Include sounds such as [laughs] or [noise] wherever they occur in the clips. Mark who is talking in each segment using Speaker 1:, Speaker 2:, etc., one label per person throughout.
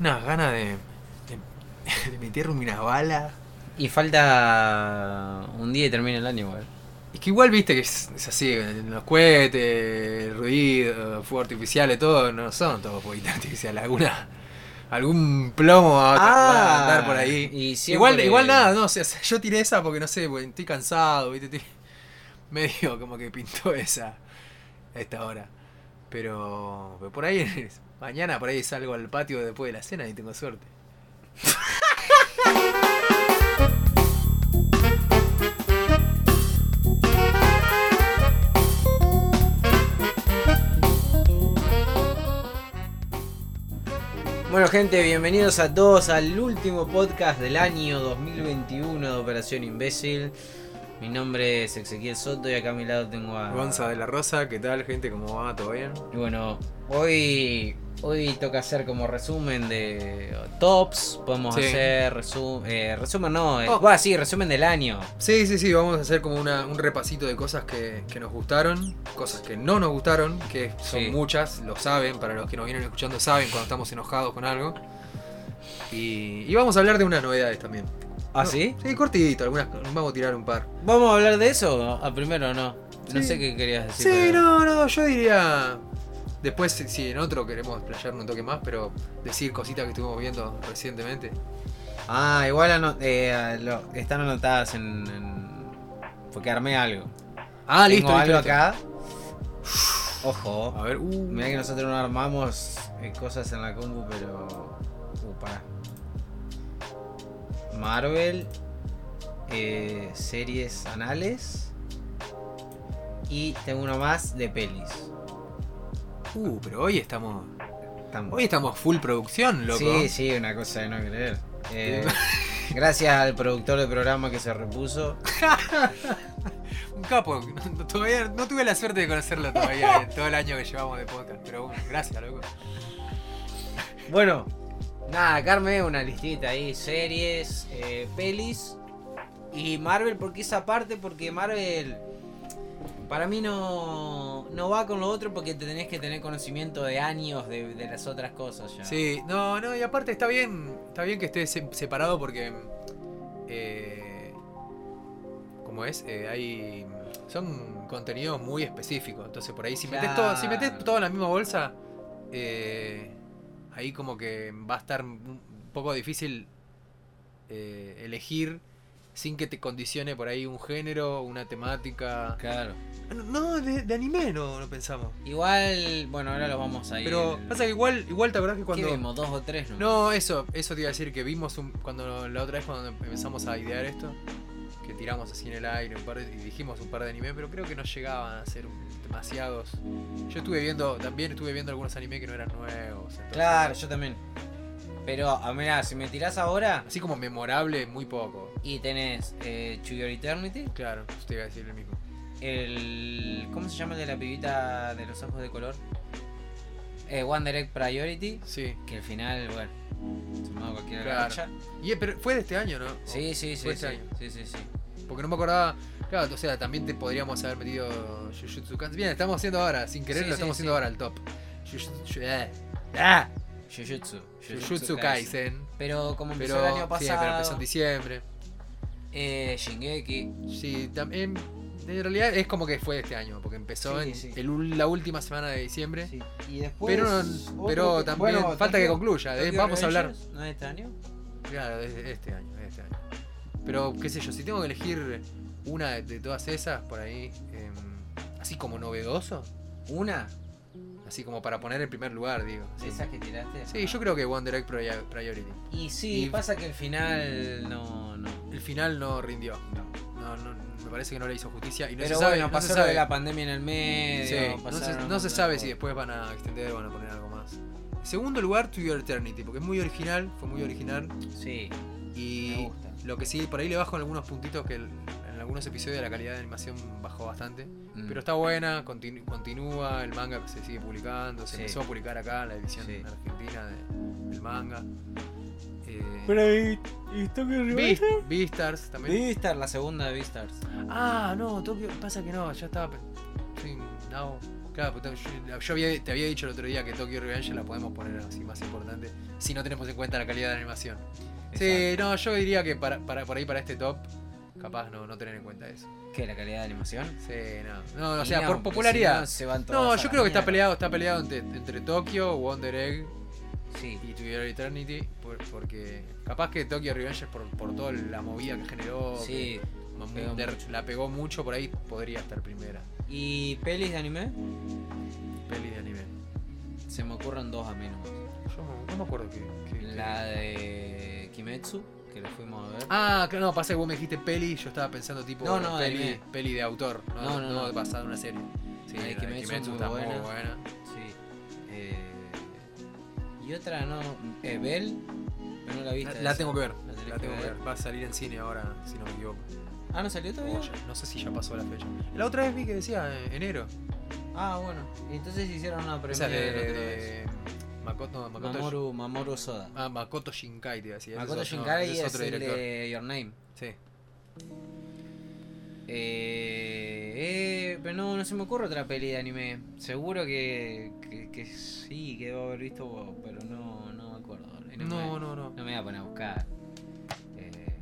Speaker 1: unas ganas de, de, [laughs] de meterme unas balas.
Speaker 2: Y falta un día y termina el año, igual.
Speaker 1: Es que igual viste que es, es así, los cohetes, el ruido, fuego artificial y todo, no son todos fuegos artificiales, alguna, algún plomo va, a- va a andar por ahí.
Speaker 2: Ah. Y siempre
Speaker 1: Igual,
Speaker 2: que-
Speaker 1: igual nada, no, o sea, [laughs] yo tiré esa porque no sé, porque estoy cansado, viste, estoy- [laughs] medio como que pintó esa a esta hora. Pero, pero por ahí, es- mañana por ahí salgo al patio después de la cena y tengo suerte.
Speaker 2: Bueno, gente, bienvenidos a todos al último podcast del año 2021 de Operación Imbécil. Mi nombre es Ezequiel Soto y acá a mi lado tengo a.
Speaker 1: Gonza de la Rosa, ¿qué tal gente? ¿Cómo va? ¿Todo bien?
Speaker 2: Y bueno, hoy, hoy toca hacer como resumen de tops. Podemos
Speaker 1: Sí.
Speaker 2: hacer resu- eh, resumen, no, eh,
Speaker 1: Oh.
Speaker 2: bah, sí, resumen del año.
Speaker 1: Sí, sí, sí, vamos a hacer como una- un repasito de cosas que, que nos gustaron, cosas que no nos gustaron, que son
Speaker 2: Sí.
Speaker 1: muchas, lo saben, para los que nos vienen escuchando saben cuando estamos enojados con algo. Y, y vamos a hablar de unas novedades también.
Speaker 2: ¿Ah,
Speaker 1: No,
Speaker 2: sí?
Speaker 1: Sí, cortito, algunas, vamos a tirar un par.
Speaker 2: ¿Vamos a hablar de eso a primero o no? No
Speaker 1: Sí.
Speaker 2: sé qué querías decir.
Speaker 1: Sí,
Speaker 2: pero-
Speaker 1: no, no, yo diría... Después, si, si en otro queremos explayar un toque más, pero decir cositas que estuvimos viendo recientemente.
Speaker 2: Ah, igual ano- eh, lo- están anotadas en, en- Porque armé algo.
Speaker 1: Ah,
Speaker 2: Tengo
Speaker 1: listo, listo,
Speaker 2: algo
Speaker 1: listo.
Speaker 2: acá.
Speaker 1: A
Speaker 2: Ojo.
Speaker 1: ver, uh,
Speaker 2: Mirá que nosotros no armamos eh, cosas en la compu, pero. Uh, pará. Marvel. eh, series anales. Y tengo uno más de pelis.
Speaker 1: uh, pero hoy estamos...
Speaker 2: Estamos-
Speaker 1: Hoy estamos full producción, loco.
Speaker 2: Sí, sí, una cosa de no creer. Eh, [laughs] gracias al productor del programa que se repuso.
Speaker 1: Un capo, [laughs] no, todavía no tuve la suerte de conocerlo
Speaker 2: [laughs]
Speaker 1: todavía en todo el año que llevamos de podcast, pero bueno, gracias, loco.
Speaker 2: Bueno, nada, Carmen, una listita ahí, series, eh, pelis y Marvel, porque esa parte, porque Marvel para mí no, no va con lo otro porque te tenés que tener conocimiento de años de, de las otras cosas ya.
Speaker 1: Sí, no, no, y aparte está bien, está bien que esté se- separado porque eh, ¿cómo es? Eh, hay son contenidos muy específicos, entonces por ahí si metes todo, si metés
Speaker 2: Claro.
Speaker 1: todo en la misma bolsa eh, ahí como que va a estar un poco difícil eh, elegir sin que te condicione por ahí un género, una temática.
Speaker 2: Claro.
Speaker 1: No, No, de, de anime no, no pensamos.
Speaker 2: Igual, bueno, ahora los vamos a ir.
Speaker 1: Pero pasa que igual, igual te acordás que
Speaker 2: ¿Qué
Speaker 1: cuando.
Speaker 2: vimos? ¿Dos o tres? No.
Speaker 1: No, eso, eso te iba a decir que vimos un, cuando la otra vez cuando empezamos a idear esto, que tiramos así en el aire un par de- y dijimos un par de anime, pero creo que no llegaban a ser demasiados. Yo estuve viendo, también estuve viendo algunos anime que no eran nuevos. entonces-
Speaker 2: Claro, yo también. Pero, ah, mirá, si me tirás ahora
Speaker 1: Así como memorable, muy poco.
Speaker 2: y tenés eh, To Your Eternity,
Speaker 1: Claro, yo te iba a decir lo mismo.
Speaker 2: el. ¿Cómo se llama el de la pibita de los ojos de color? Eh, One Direct Priority.
Speaker 1: Sí.
Speaker 2: Que al final, bueno, sumado cualquier
Speaker 1: Claro.
Speaker 2: garcha.
Speaker 1: Y eh, pero fue de este año, ¿no?
Speaker 2: Sí, sí, sí.
Speaker 1: Fue este
Speaker 2: Sí,
Speaker 1: año.
Speaker 2: sí, sí, sí.
Speaker 1: Porque no me acordaba. Claro, o sea, también te podríamos haber metido Jujutsu Kaisen. Bien, estamos haciendo ahora, sin querer
Speaker 2: Sí,
Speaker 1: lo
Speaker 2: sí,
Speaker 1: estamos
Speaker 2: sí.
Speaker 1: haciendo ahora al top. Jujutsu, eh, ah,
Speaker 2: Jujutsu.
Speaker 1: Jujutsu Kaisen.
Speaker 2: Pero como empezó
Speaker 1: Pero,
Speaker 2: el año
Speaker 1: sí, pero empezó
Speaker 2: pasado.
Speaker 1: en diciembre.
Speaker 2: eh, Shingeki.
Speaker 1: Sí, también. En realidad es como que fue este año, porque empezó
Speaker 2: Sí,
Speaker 1: en
Speaker 2: sí. Pues,
Speaker 1: el ul- la última semana de diciembre.
Speaker 2: Y después.
Speaker 1: Pero, no- pero también falta que concluya. de- vamos a hablar.
Speaker 2: ¿No es este año?
Speaker 1: Claro, es de este año, es de este año. Pero qué sé yo, si tengo que elegir una de, de todas esas por ahí, em, así como novedoso,
Speaker 2: ¿Una?
Speaker 1: así como para poner en primer lugar, digo. así.
Speaker 2: ¿De esas que tiraste?
Speaker 1: Sí, yo creo que One Direct Prior- Priority.
Speaker 2: Y sí,
Speaker 1: Y-
Speaker 2: pasa que el final no. no.
Speaker 1: El final no rindió.
Speaker 2: no.
Speaker 1: No, no, me parece que no le hizo justicia. Y no se
Speaker 2: Pero
Speaker 1: sabe,
Speaker 2: bueno,
Speaker 1: no se
Speaker 2: pasó lo
Speaker 1: sabe.
Speaker 2: de la pandemia en el medio.
Speaker 1: Sí, no se,
Speaker 2: pasaron
Speaker 1: no
Speaker 2: un
Speaker 1: se
Speaker 2: montón
Speaker 1: sabe
Speaker 2: de
Speaker 1: si
Speaker 2: cosas.
Speaker 1: después van a extender o van a poner algo más. En segundo lugar, To Your Eternity, porque es muy original, fue muy original.
Speaker 2: Sí, Mm, me
Speaker 1: Y
Speaker 2: gusta.
Speaker 1: lo que sí, por ahí le bajo en algunos puntitos que el- en algunos episodios la calidad de animación bajó bastante.
Speaker 2: Mm.
Speaker 1: Pero está buena, continu- continúa, el manga se sigue publicando, se
Speaker 2: Sí.
Speaker 1: empezó a publicar acá en la edición
Speaker 2: Sí.
Speaker 1: argentina de- del manga. Eh,
Speaker 2: Pero y, Tokyo
Speaker 1: Beast- Beastars también.
Speaker 2: Beastars, la segunda de Beastars.
Speaker 1: Ah, no, Tokio. Pasa que no, ya estaba. pe- Sí, no. Claro, pues, yo, yo había- te había dicho el otro día que Tokyo Revenge la podemos poner así más importante si no tenemos en cuenta la calidad de animación. Sí, no, yo diría que para, para, por ahí para este top, capaz no, no tener en cuenta eso.
Speaker 2: ¿Qué? ¿La calidad de animación?
Speaker 1: Sí, no. No, o
Speaker 2: Y
Speaker 1: sea,
Speaker 2: no,
Speaker 1: por
Speaker 2: porque si
Speaker 1: popularidad.
Speaker 2: no, se van todas
Speaker 1: No,
Speaker 2: a
Speaker 1: yo
Speaker 2: la
Speaker 1: creo que está
Speaker 2: mierda.
Speaker 1: peleado, está peleado entre, entre Tokyo, Wonder Egg
Speaker 2: Sí.
Speaker 1: y To Your Eternity, por- porque capaz que Tokyo Revenge por, por toda la movida que generó, que
Speaker 2: Sí.
Speaker 1: mo-
Speaker 2: pegó
Speaker 1: der-
Speaker 2: mucho.
Speaker 1: la pegó mucho, por ahí podría estar primera,
Speaker 2: ¿Y pelis de anime?
Speaker 1: peli de anime.
Speaker 2: Se me ocurren dos a menos.
Speaker 1: Yo no, no me acuerdo que... que-
Speaker 2: La de Kimetsu, que la fuimos a ver.
Speaker 1: Ah, que- no, pasa que vos me dijiste peli, yo estaba pensando tipo
Speaker 2: No, no, de
Speaker 1: peli,
Speaker 2: anime.
Speaker 1: peli de autor, no,
Speaker 2: No, no, no.
Speaker 1: basada en una serie. Sí,
Speaker 2: La de
Speaker 1: la de
Speaker 2: Kimetsu
Speaker 1: Kimetsu
Speaker 2: muy
Speaker 1: está muy
Speaker 2: buena.
Speaker 1: buena.
Speaker 2: Sí. Eh, y otra no. Eh, Bell, pero no la
Speaker 1: La,
Speaker 2: viste.
Speaker 1: la
Speaker 2: esa.
Speaker 1: tengo que ver,
Speaker 2: La tenés
Speaker 1: la tengo que ver. Va a salir en cine ahora, si no me equivoco.
Speaker 2: Ah, ¿no salió todavía?
Speaker 1: O ya- no sé si ya pasó la fecha. La otra vez vi que decía eh, enero.
Speaker 2: Ah, bueno. Entonces hicieron una
Speaker 1: Esa
Speaker 2: premiere
Speaker 1: de,
Speaker 2: la otra vez.
Speaker 1: de- Makoto, no, Makoto,
Speaker 2: Mamoru, Mamoru Soda.
Speaker 1: Ah, Makoto Shinkai, te iba a decir. ese es
Speaker 2: Makoto
Speaker 1: otro- no,
Speaker 2: Shinkai
Speaker 1: ese
Speaker 2: es, el de Your Name.
Speaker 1: Sí.
Speaker 2: Eh, eh, pero no, no se me ocurre otra peli de anime. Seguro que, que, que sí, que debo haber visto, vos, pero no, no me acuerdo. Y
Speaker 1: No,
Speaker 2: me,
Speaker 1: no, no.
Speaker 2: no me voy a poner a buscar. Eh,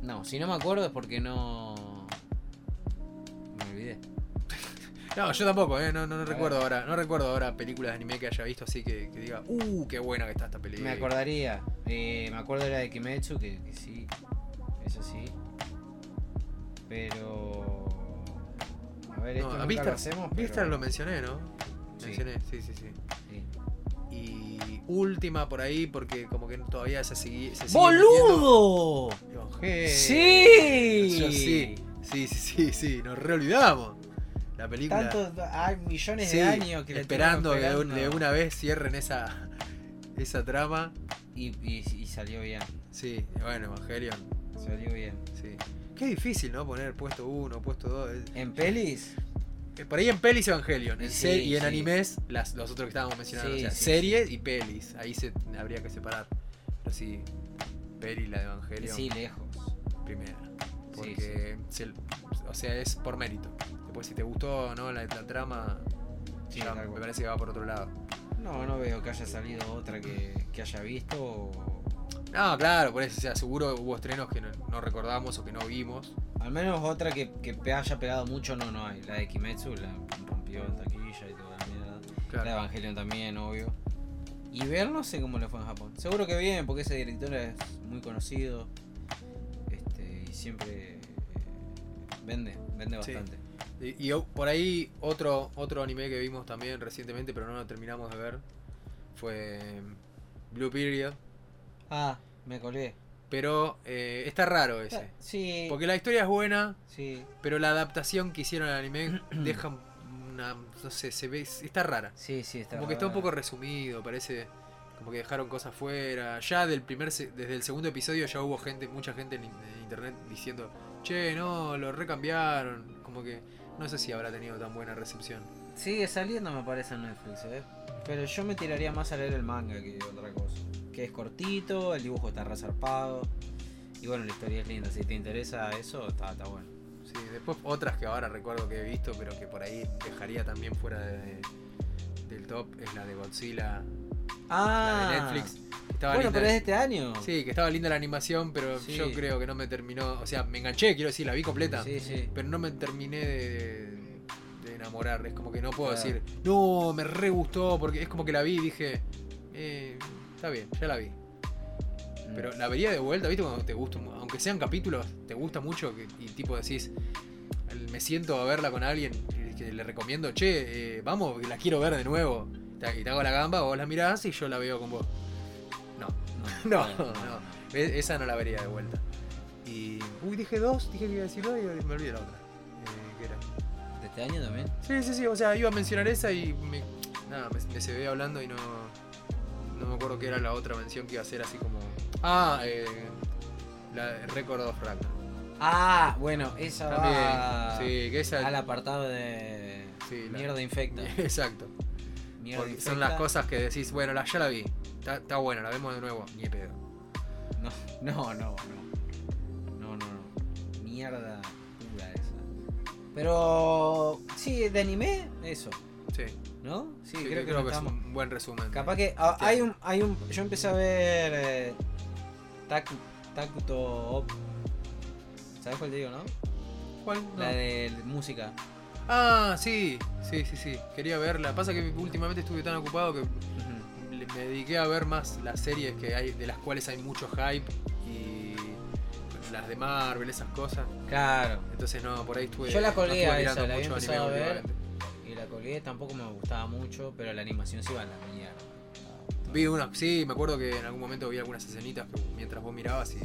Speaker 2: no, si no me acuerdo es porque no... Me olvidé.
Speaker 1: No, yo tampoco, eh. No, no, no
Speaker 2: ver.
Speaker 1: recuerdo ahora. No recuerdo ahora películas de anime que haya visto así que, que diga, uh, qué buena que está esta película.
Speaker 2: Me acordaría. Eh, me acuerdo de la de Kimetsu, que, que sí. Eso sí. Pero... A ver, esto
Speaker 1: No,
Speaker 2: nunca
Speaker 1: a
Speaker 2: lo
Speaker 1: Vistar,
Speaker 2: hacemos.
Speaker 1: Vistar
Speaker 2: pero-
Speaker 1: lo mencioné, ¿no?
Speaker 2: Sí.
Speaker 1: Mencioné, sí, sí, sí.
Speaker 2: Sí.
Speaker 1: Y última por ahí, porque como que todavía se sigue. Se sigue
Speaker 2: ¡Boludo!
Speaker 1: metiendo. Los
Speaker 2: Eh,
Speaker 1: G.
Speaker 2: ¡Sí!
Speaker 1: Yo sí. Sí, sí, sí, sí. Nos reolvidamos. La película.
Speaker 2: Tantos, hay millones
Speaker 1: Sí,
Speaker 2: de años que le
Speaker 1: esperando que de,
Speaker 2: estuvimos
Speaker 1: un- de
Speaker 2: pegando.
Speaker 1: una vez cierren esa esa trama.
Speaker 2: Y, y- y salió bien,
Speaker 1: Sí, bueno, Evangelion,
Speaker 2: salió bien.
Speaker 1: sí. Qué difícil, ¿no? Poner puesto 1, puesto 2.
Speaker 2: ¿En pelis?
Speaker 1: Por ahí en pelis Evangelion, en
Speaker 2: Sí,
Speaker 1: se- y en
Speaker 2: sí.
Speaker 1: animes las, los otros que estábamos mencionando.
Speaker 2: Sí,
Speaker 1: o sea,
Speaker 2: sí,
Speaker 1: series y pelis. Ahí se habría que separar. Pero sí, peli la de Evangelion
Speaker 2: Sí, lejos.
Speaker 1: primera.
Speaker 2: Sí,
Speaker 1: Porque, se- o sea, es por mérito. Después si te gustó o no la, la trama,
Speaker 2: Sí,
Speaker 1: ya
Speaker 2: tal
Speaker 1: me
Speaker 2: cual.
Speaker 1: parece que va por otro lado.
Speaker 2: No, no veo que haya salido otra que, que haya visto. o-
Speaker 1: No, claro, por eso, o sea, seguro hubo estrenos que no, no recordamos o que no vimos.
Speaker 2: Al menos otra que, que pe- haya pegado mucho no, no hay. La de Kimetsu la rompió en taquilla y toda la mierda. La de
Speaker 1: Claro.
Speaker 2: Evangelion también, obvio. Y ver, no sé cómo le fue en Japón. Seguro que bien, porque ese director es muy conocido. Este, y siempre eh, vende, vende
Speaker 1: Sí.
Speaker 2: bastante.
Speaker 1: Y, y o- por ahí otro, otro anime que vimos también recientemente, pero no lo terminamos de ver, fue mm, Blue Period.
Speaker 2: Ah, me colé.
Speaker 1: Pero eh, está raro
Speaker 2: Ah,
Speaker 1: ese.
Speaker 2: Sí.
Speaker 1: Porque la historia es buena,
Speaker 2: Sí.
Speaker 1: pero la adaptación que hicieron al anime deja una... no sé, se ve... está rara.
Speaker 2: Sí, sí, está.
Speaker 1: Como que está un
Speaker 2: raro.
Speaker 1: poco resumido, parece como que dejaron cosas fuera. Ya del primer se- desde el segundo episodio ya hubo gente, mucha gente en, in- en internet diciendo, "Che, no, lo recambiaron." Como que no sé si habrá tenido tan buena recepción.
Speaker 2: Sigue saliendo, me parece, en Netflix, ¿eh? Pero yo me tiraría más a leer el manga que otra cosa. Que es cortito, el dibujo está resarpado. Y bueno, la historia es linda. Si te interesa eso, está, está bueno.
Speaker 1: Sí, después otras que ahora recuerdo que he visto, pero que por ahí dejaría también fuera de- del top es la de Godzilla,
Speaker 2: Ah,
Speaker 1: la de Netflix. que Estaba
Speaker 2: Bueno,
Speaker 1: linda.
Speaker 2: pero es de este año.
Speaker 1: Sí, que estaba linda la animación, pero
Speaker 2: Sí.
Speaker 1: yo creo que no me terminó, o sea, me enganché, quiero decir, la vi completa.
Speaker 2: Sí, sí.
Speaker 1: pero no me terminé de, de enamorar. Es como que no puedo
Speaker 2: Claro.
Speaker 1: decir, no, me re gustó, porque es como que la vi y dije, eh, está bien, ya la vi. Pero la vería de vuelta, ¿viste? Cuando te gusta, mu- aunque sean capítulos, te gusta mucho que- y tipo decís, el- me siento a verla con alguien eh, que le recomiendo, che, eh, vamos, la quiero ver de nuevo. Te- Y te hago la gamba, vos la mirás y yo la veo con vos. No, no,
Speaker 2: [laughs]
Speaker 1: [laughs]
Speaker 2: claro,
Speaker 1: no. E- Esa no la vería de vuelta. Y. Uy, dije dos, dije que iba a decir dos y me olvidé la otra. Eh, ¿Qué era?
Speaker 2: ¿De este año también?
Speaker 1: Sí, sí, sí, o sea, iba a mencionar esa y me. Nada, me, me se ve hablando y no. No me acuerdo qué era la otra mención que iba a hacer así como. Ah, eh, la de Record of Ragnarok.
Speaker 2: Ah, bueno, esa
Speaker 1: También.
Speaker 2: va
Speaker 1: sí, que esa.
Speaker 2: al apartado de
Speaker 1: Sí, la-
Speaker 2: mierda
Speaker 1: [laughs]
Speaker 2: infecta.
Speaker 1: Exacto.
Speaker 2: Mierda
Speaker 1: Porque
Speaker 2: infecta.
Speaker 1: son las cosas que decís, bueno, la, ya la vi. Está, está buena, la vemos de nuevo. Ni de pedo.
Speaker 2: No, no, no, no. No, no, no. Mierda pura esa. Pero sí, de anime, eso,
Speaker 1: Sí,
Speaker 2: ¿no? Sí,
Speaker 1: sí,
Speaker 2: creo que, lo
Speaker 1: es
Speaker 2: estamos.
Speaker 1: un buen resumen.
Speaker 2: Capaz que ah, hay un hay un yo empecé a ver eh, Taku, Takuto Op. ¿Sabes cuál te digo, no?
Speaker 1: ¿Cuál? No.
Speaker 2: La de música.
Speaker 1: Ah, sí, sí, sí, sí. Quería verla. Pasa que últimamente estuve tan ocupado que
Speaker 2: Ujú.
Speaker 1: le- me dediqué a ver más las series que hay, de las cuales hay mucho hype y las de Marvel, esas cosas.
Speaker 2: Claro.
Speaker 1: Entonces no, por ahí estuve.
Speaker 2: Yo la
Speaker 1: no
Speaker 2: colgué
Speaker 1: estuve
Speaker 2: a esa,
Speaker 1: mirando
Speaker 2: la había
Speaker 1: mucho
Speaker 2: empezado a
Speaker 1: anime
Speaker 2: ver
Speaker 1: últimamente.
Speaker 2: y la colgué, tampoco me gustaba mucho, pero la animación sí va a la mierda.
Speaker 1: Vi una, sí, me acuerdo que en algún momento vi algunas escenitas que mientras vos mirabas y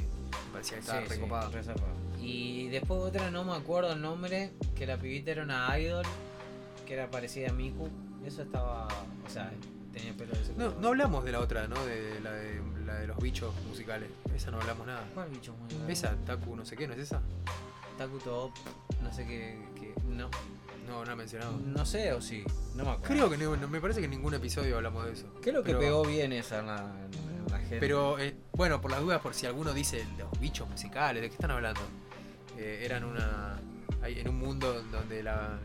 Speaker 1: parecía que estaba
Speaker 2: Sí, sí,
Speaker 1: recopada.
Speaker 2: re zarpada. Y después otra, no me acuerdo el nombre, que la pibita era una idol, que era parecida a Miku. Eso estaba. O sea, tenía pelo de ese
Speaker 1: No,
Speaker 2: color.
Speaker 1: no hablamos de la otra, ¿no? De la, de la de los bichos musicales. Esa no hablamos nada.
Speaker 2: ¿Cuál bicho es muy raro?
Speaker 1: Esa, Taku, no sé qué, ¿no es esa?
Speaker 2: Takuto, no sé qué. qué- no.
Speaker 1: No, no ha mencionado.
Speaker 2: No sé o sí. No me acuerdo.
Speaker 1: Creo que no, no- me parece que en ningún episodio hablamos de eso.
Speaker 2: Creo que
Speaker 1: Pero-
Speaker 2: pegó bien esa en la, en la gente.
Speaker 1: Pero eh, bueno, por las dudas, por si alguno dice los bichos musicales, ¿de qué están hablando? Eh, eran una. hay- en un mundo en donde la,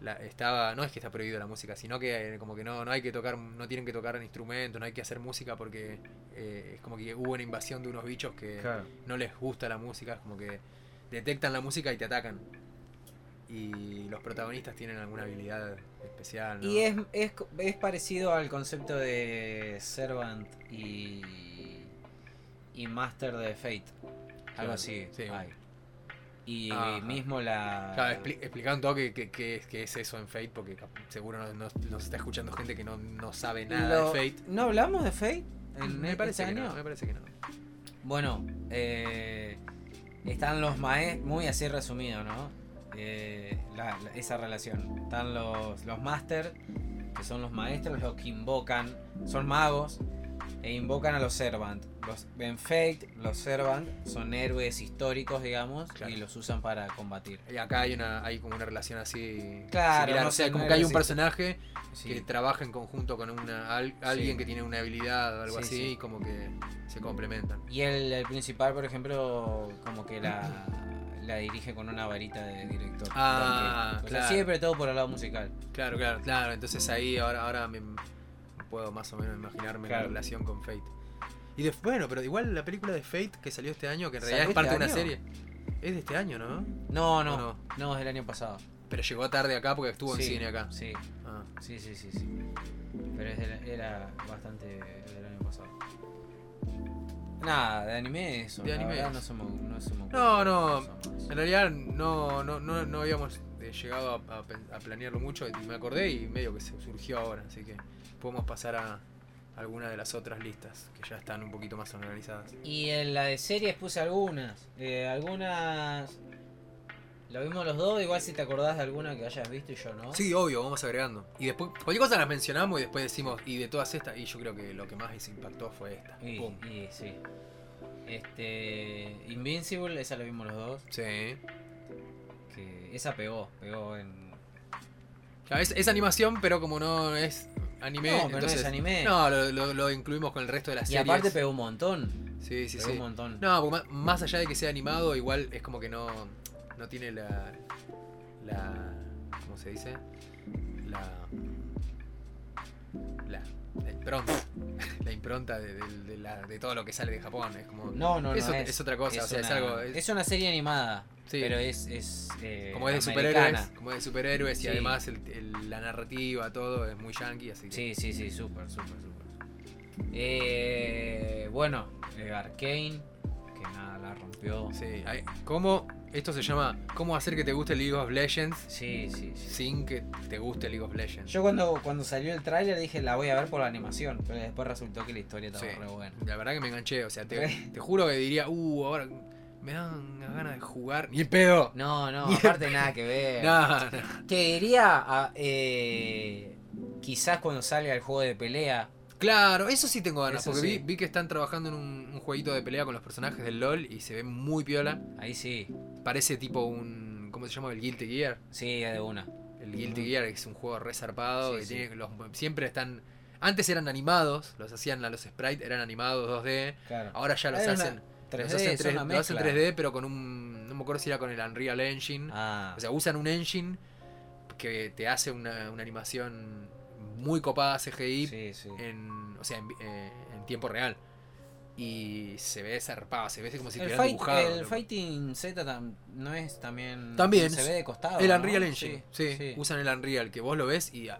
Speaker 1: la- estaba. No es que está prohibido la música, sino que eh, como que no, no hay que tocar, no tienen que tocar instrumentos, no hay que hacer música porque eh, es como que hubo una invasión de unos bichos que
Speaker 2: Claro.
Speaker 1: no les gusta la música, es como que detectan la música y te atacan. Y los protagonistas tienen alguna habilidad especial. ¿no?
Speaker 2: Y es, es, es parecido al concepto de Servant y, y Master de Fate.
Speaker 1: Claro,
Speaker 2: Algo así.
Speaker 1: sí.
Speaker 2: hay. Y
Speaker 1: Ajá.
Speaker 2: mismo la...
Speaker 1: Claro, expli- explica un toque qué qué- qué es eso en Fate, porque cap- seguro no- no- nos está escuchando gente que no, no sabe nada
Speaker 2: lo-
Speaker 1: de Fate.
Speaker 2: ¿No hablamos de Fate? En
Speaker 1: Mm, Me
Speaker 2: este
Speaker 1: parece, que no,
Speaker 2: año?
Speaker 1: me parece que no.
Speaker 2: Bueno, eh, están los maestros, muy así resumido, ¿no? Eh, la- la- esa relación. Están los, los Master, que son los maestros, los que invocan, son magos, e invocan a los Servant. Los, en Fate, los Servant son héroes históricos, digamos,
Speaker 1: Claro.
Speaker 2: y los usan para combatir.
Speaker 1: Y acá hay, una, hay como una relación así.
Speaker 2: Claro,
Speaker 1: similar,
Speaker 2: no
Speaker 1: o sea,
Speaker 2: sé,
Speaker 1: como
Speaker 2: no
Speaker 1: que hay
Speaker 2: era
Speaker 1: un
Speaker 2: así.
Speaker 1: personaje
Speaker 2: Sí.
Speaker 1: que trabaja en conjunto con una, al- alguien que tiene una habilidad o algo
Speaker 2: Sí,
Speaker 1: así,
Speaker 2: sí.
Speaker 1: y como que se complementan.
Speaker 2: Y el, el principal, por ejemplo, como que la, la dirige con una varita de director.
Speaker 1: Ah,
Speaker 2: Porque- o sea,
Speaker 1: claro.
Speaker 2: siempre todo por el lado musical.
Speaker 1: Claro, claro, claro. Entonces ahí ahora, ahora me puedo más o menos imaginarme la
Speaker 2: Claro.
Speaker 1: relación con Fate. Y de, bueno, pero igual la película de Fate que salió este año, que en
Speaker 2: ¿Salió
Speaker 1: realidad es
Speaker 2: este
Speaker 1: parte de una
Speaker 2: año?
Speaker 1: serie, es de este año, ¿no?
Speaker 2: No,
Speaker 1: ¿O
Speaker 2: no,
Speaker 1: no?
Speaker 2: no, es del año pasado.
Speaker 1: Pero llegó tarde acá porque estuvo
Speaker 2: Sí,
Speaker 1: en cine acá.
Speaker 2: Sí,
Speaker 1: Ah,
Speaker 2: sí, sí, sí. sí. Pero es del- era bastante del año pasado. Nada, de anime eso.
Speaker 1: De
Speaker 2: la
Speaker 1: anime
Speaker 2: verdad
Speaker 1: eso.
Speaker 2: no se me, no se me ocurre
Speaker 1: No, no,
Speaker 2: cosa más.
Speaker 1: En realidad no, no, no, no habíamos eh, llegado a, a pen- a planearlo mucho y me acordé y medio que se surgió ahora, así que podemos pasar a alguna de las otras listas que ya están un poquito más organizadas.
Speaker 2: Y en la de series puse algunas. Eh, algunas. Lo vimos los dos, igual si te acordás de alguna que hayas visto y yo no.
Speaker 1: Sí, obvio, vamos agregando. Y después, cualquier cosa las mencionamos y después decimos, y de todas estas, y yo creo que lo que más les impactó fue esta.
Speaker 2: Y,
Speaker 1: Pum.
Speaker 2: y sí. Este. Invincible, esa la vimos los dos.
Speaker 1: Sí.
Speaker 2: Que esa pegó, pegó en.
Speaker 1: Claro, es, es animación, pero como no es anime,
Speaker 2: no, pero no
Speaker 1: entonces-
Speaker 2: es anime.
Speaker 1: No, lo, lo- lo incluimos con el resto de las
Speaker 2: y
Speaker 1: series.
Speaker 2: aparte pegó un montón.
Speaker 1: Sí, sí,
Speaker 2: pegó
Speaker 1: sí.
Speaker 2: un montón.
Speaker 1: No, porque ma- más allá de que sea animado, igual es como que no, no tiene la, la. ¿Cómo se dice? La. La, la impronta. [laughs] La impronta de, de- de la- de todo lo que sale de Japón. Es como.
Speaker 2: No, no,
Speaker 1: es,
Speaker 2: no
Speaker 1: ot-
Speaker 2: es.
Speaker 1: es otra cosa, o sea, es
Speaker 2: una-
Speaker 1: algo. es-
Speaker 2: es una serie animada,
Speaker 1: Sí.
Speaker 2: pero es. es eh,
Speaker 1: como es de
Speaker 2: americana.
Speaker 1: superhéroes. Como es de superhéroes y
Speaker 2: Sí.
Speaker 1: además el- el- la narrativa, todo es muy yankee, así que.
Speaker 2: Sí, sí, sí, súper, súper, súper. Eh, bueno, eh, Arkane, que nada, la rompió.
Speaker 1: Sí, hay- ¿Cómo. Esto se llama. ¿Cómo hacer que te guste League of Legends
Speaker 2: Sí, sí, sí.
Speaker 1: sin que te guste League of Legends?
Speaker 2: Yo cuando, cuando salió el tráiler dije la voy a ver por la animación, pero después resultó que la historia estaba
Speaker 1: Sí.
Speaker 2: re buena.
Speaker 1: La verdad que me enganché, o sea, te,
Speaker 2: Re.
Speaker 1: te juro que diría, uh, ahora me dan ganas de jugar. ¡Ni el pedo! [laughs]
Speaker 2: No, no,
Speaker 1: Bien.
Speaker 2: aparte nada que ver.
Speaker 1: No, no.
Speaker 2: Que diría, ah, eh, quizás cuando salga el juego de pelea,
Speaker 1: Claro, eso sí tengo ganas,
Speaker 2: Eso
Speaker 1: porque vi,
Speaker 2: sí.
Speaker 1: vi que están trabajando en un, un jueguito de pelea con los personajes del LOL y se ve muy piola.
Speaker 2: ahí sí,
Speaker 1: Parece tipo un. ¿Cómo se llama? El Guilty Gear.
Speaker 2: sí, de una.
Speaker 1: El Guilty Gear es un juego re zarpado
Speaker 2: Sí,
Speaker 1: que
Speaker 2: sí.
Speaker 1: tiene los- siempre están. Antes eran animados, los hacían a los sprites, eran animados 2D.
Speaker 2: Claro.
Speaker 1: Ahora ya los
Speaker 2: Era una-
Speaker 1: hacen. Los
Speaker 2: 3D,
Speaker 1: hacen
Speaker 2: son
Speaker 1: 3D,
Speaker 2: una
Speaker 1: lo hacen
Speaker 2: mezcla.
Speaker 1: 3D, pero con un. No me acuerdo si era con el Unreal Engine.
Speaker 2: Ah,
Speaker 1: O sea, usan un engine que te hace una, una animación muy copada CGI
Speaker 2: sí, sí.
Speaker 1: en, o sea, en, vi- eh, en tiempo real. Y se ve zarpado, se ve como si
Speaker 2: el,
Speaker 1: estuviera
Speaker 2: fight-
Speaker 1: dibujado.
Speaker 2: el
Speaker 1: loco.
Speaker 2: Fighting Z tam- no es también.
Speaker 1: También
Speaker 2: Se
Speaker 1: es-
Speaker 2: ve de costado.
Speaker 1: El
Speaker 2: ¿no?
Speaker 1: Unreal Engine, sí,
Speaker 2: Ah, sí.
Speaker 1: Usan el Unreal, que vos lo ves y a,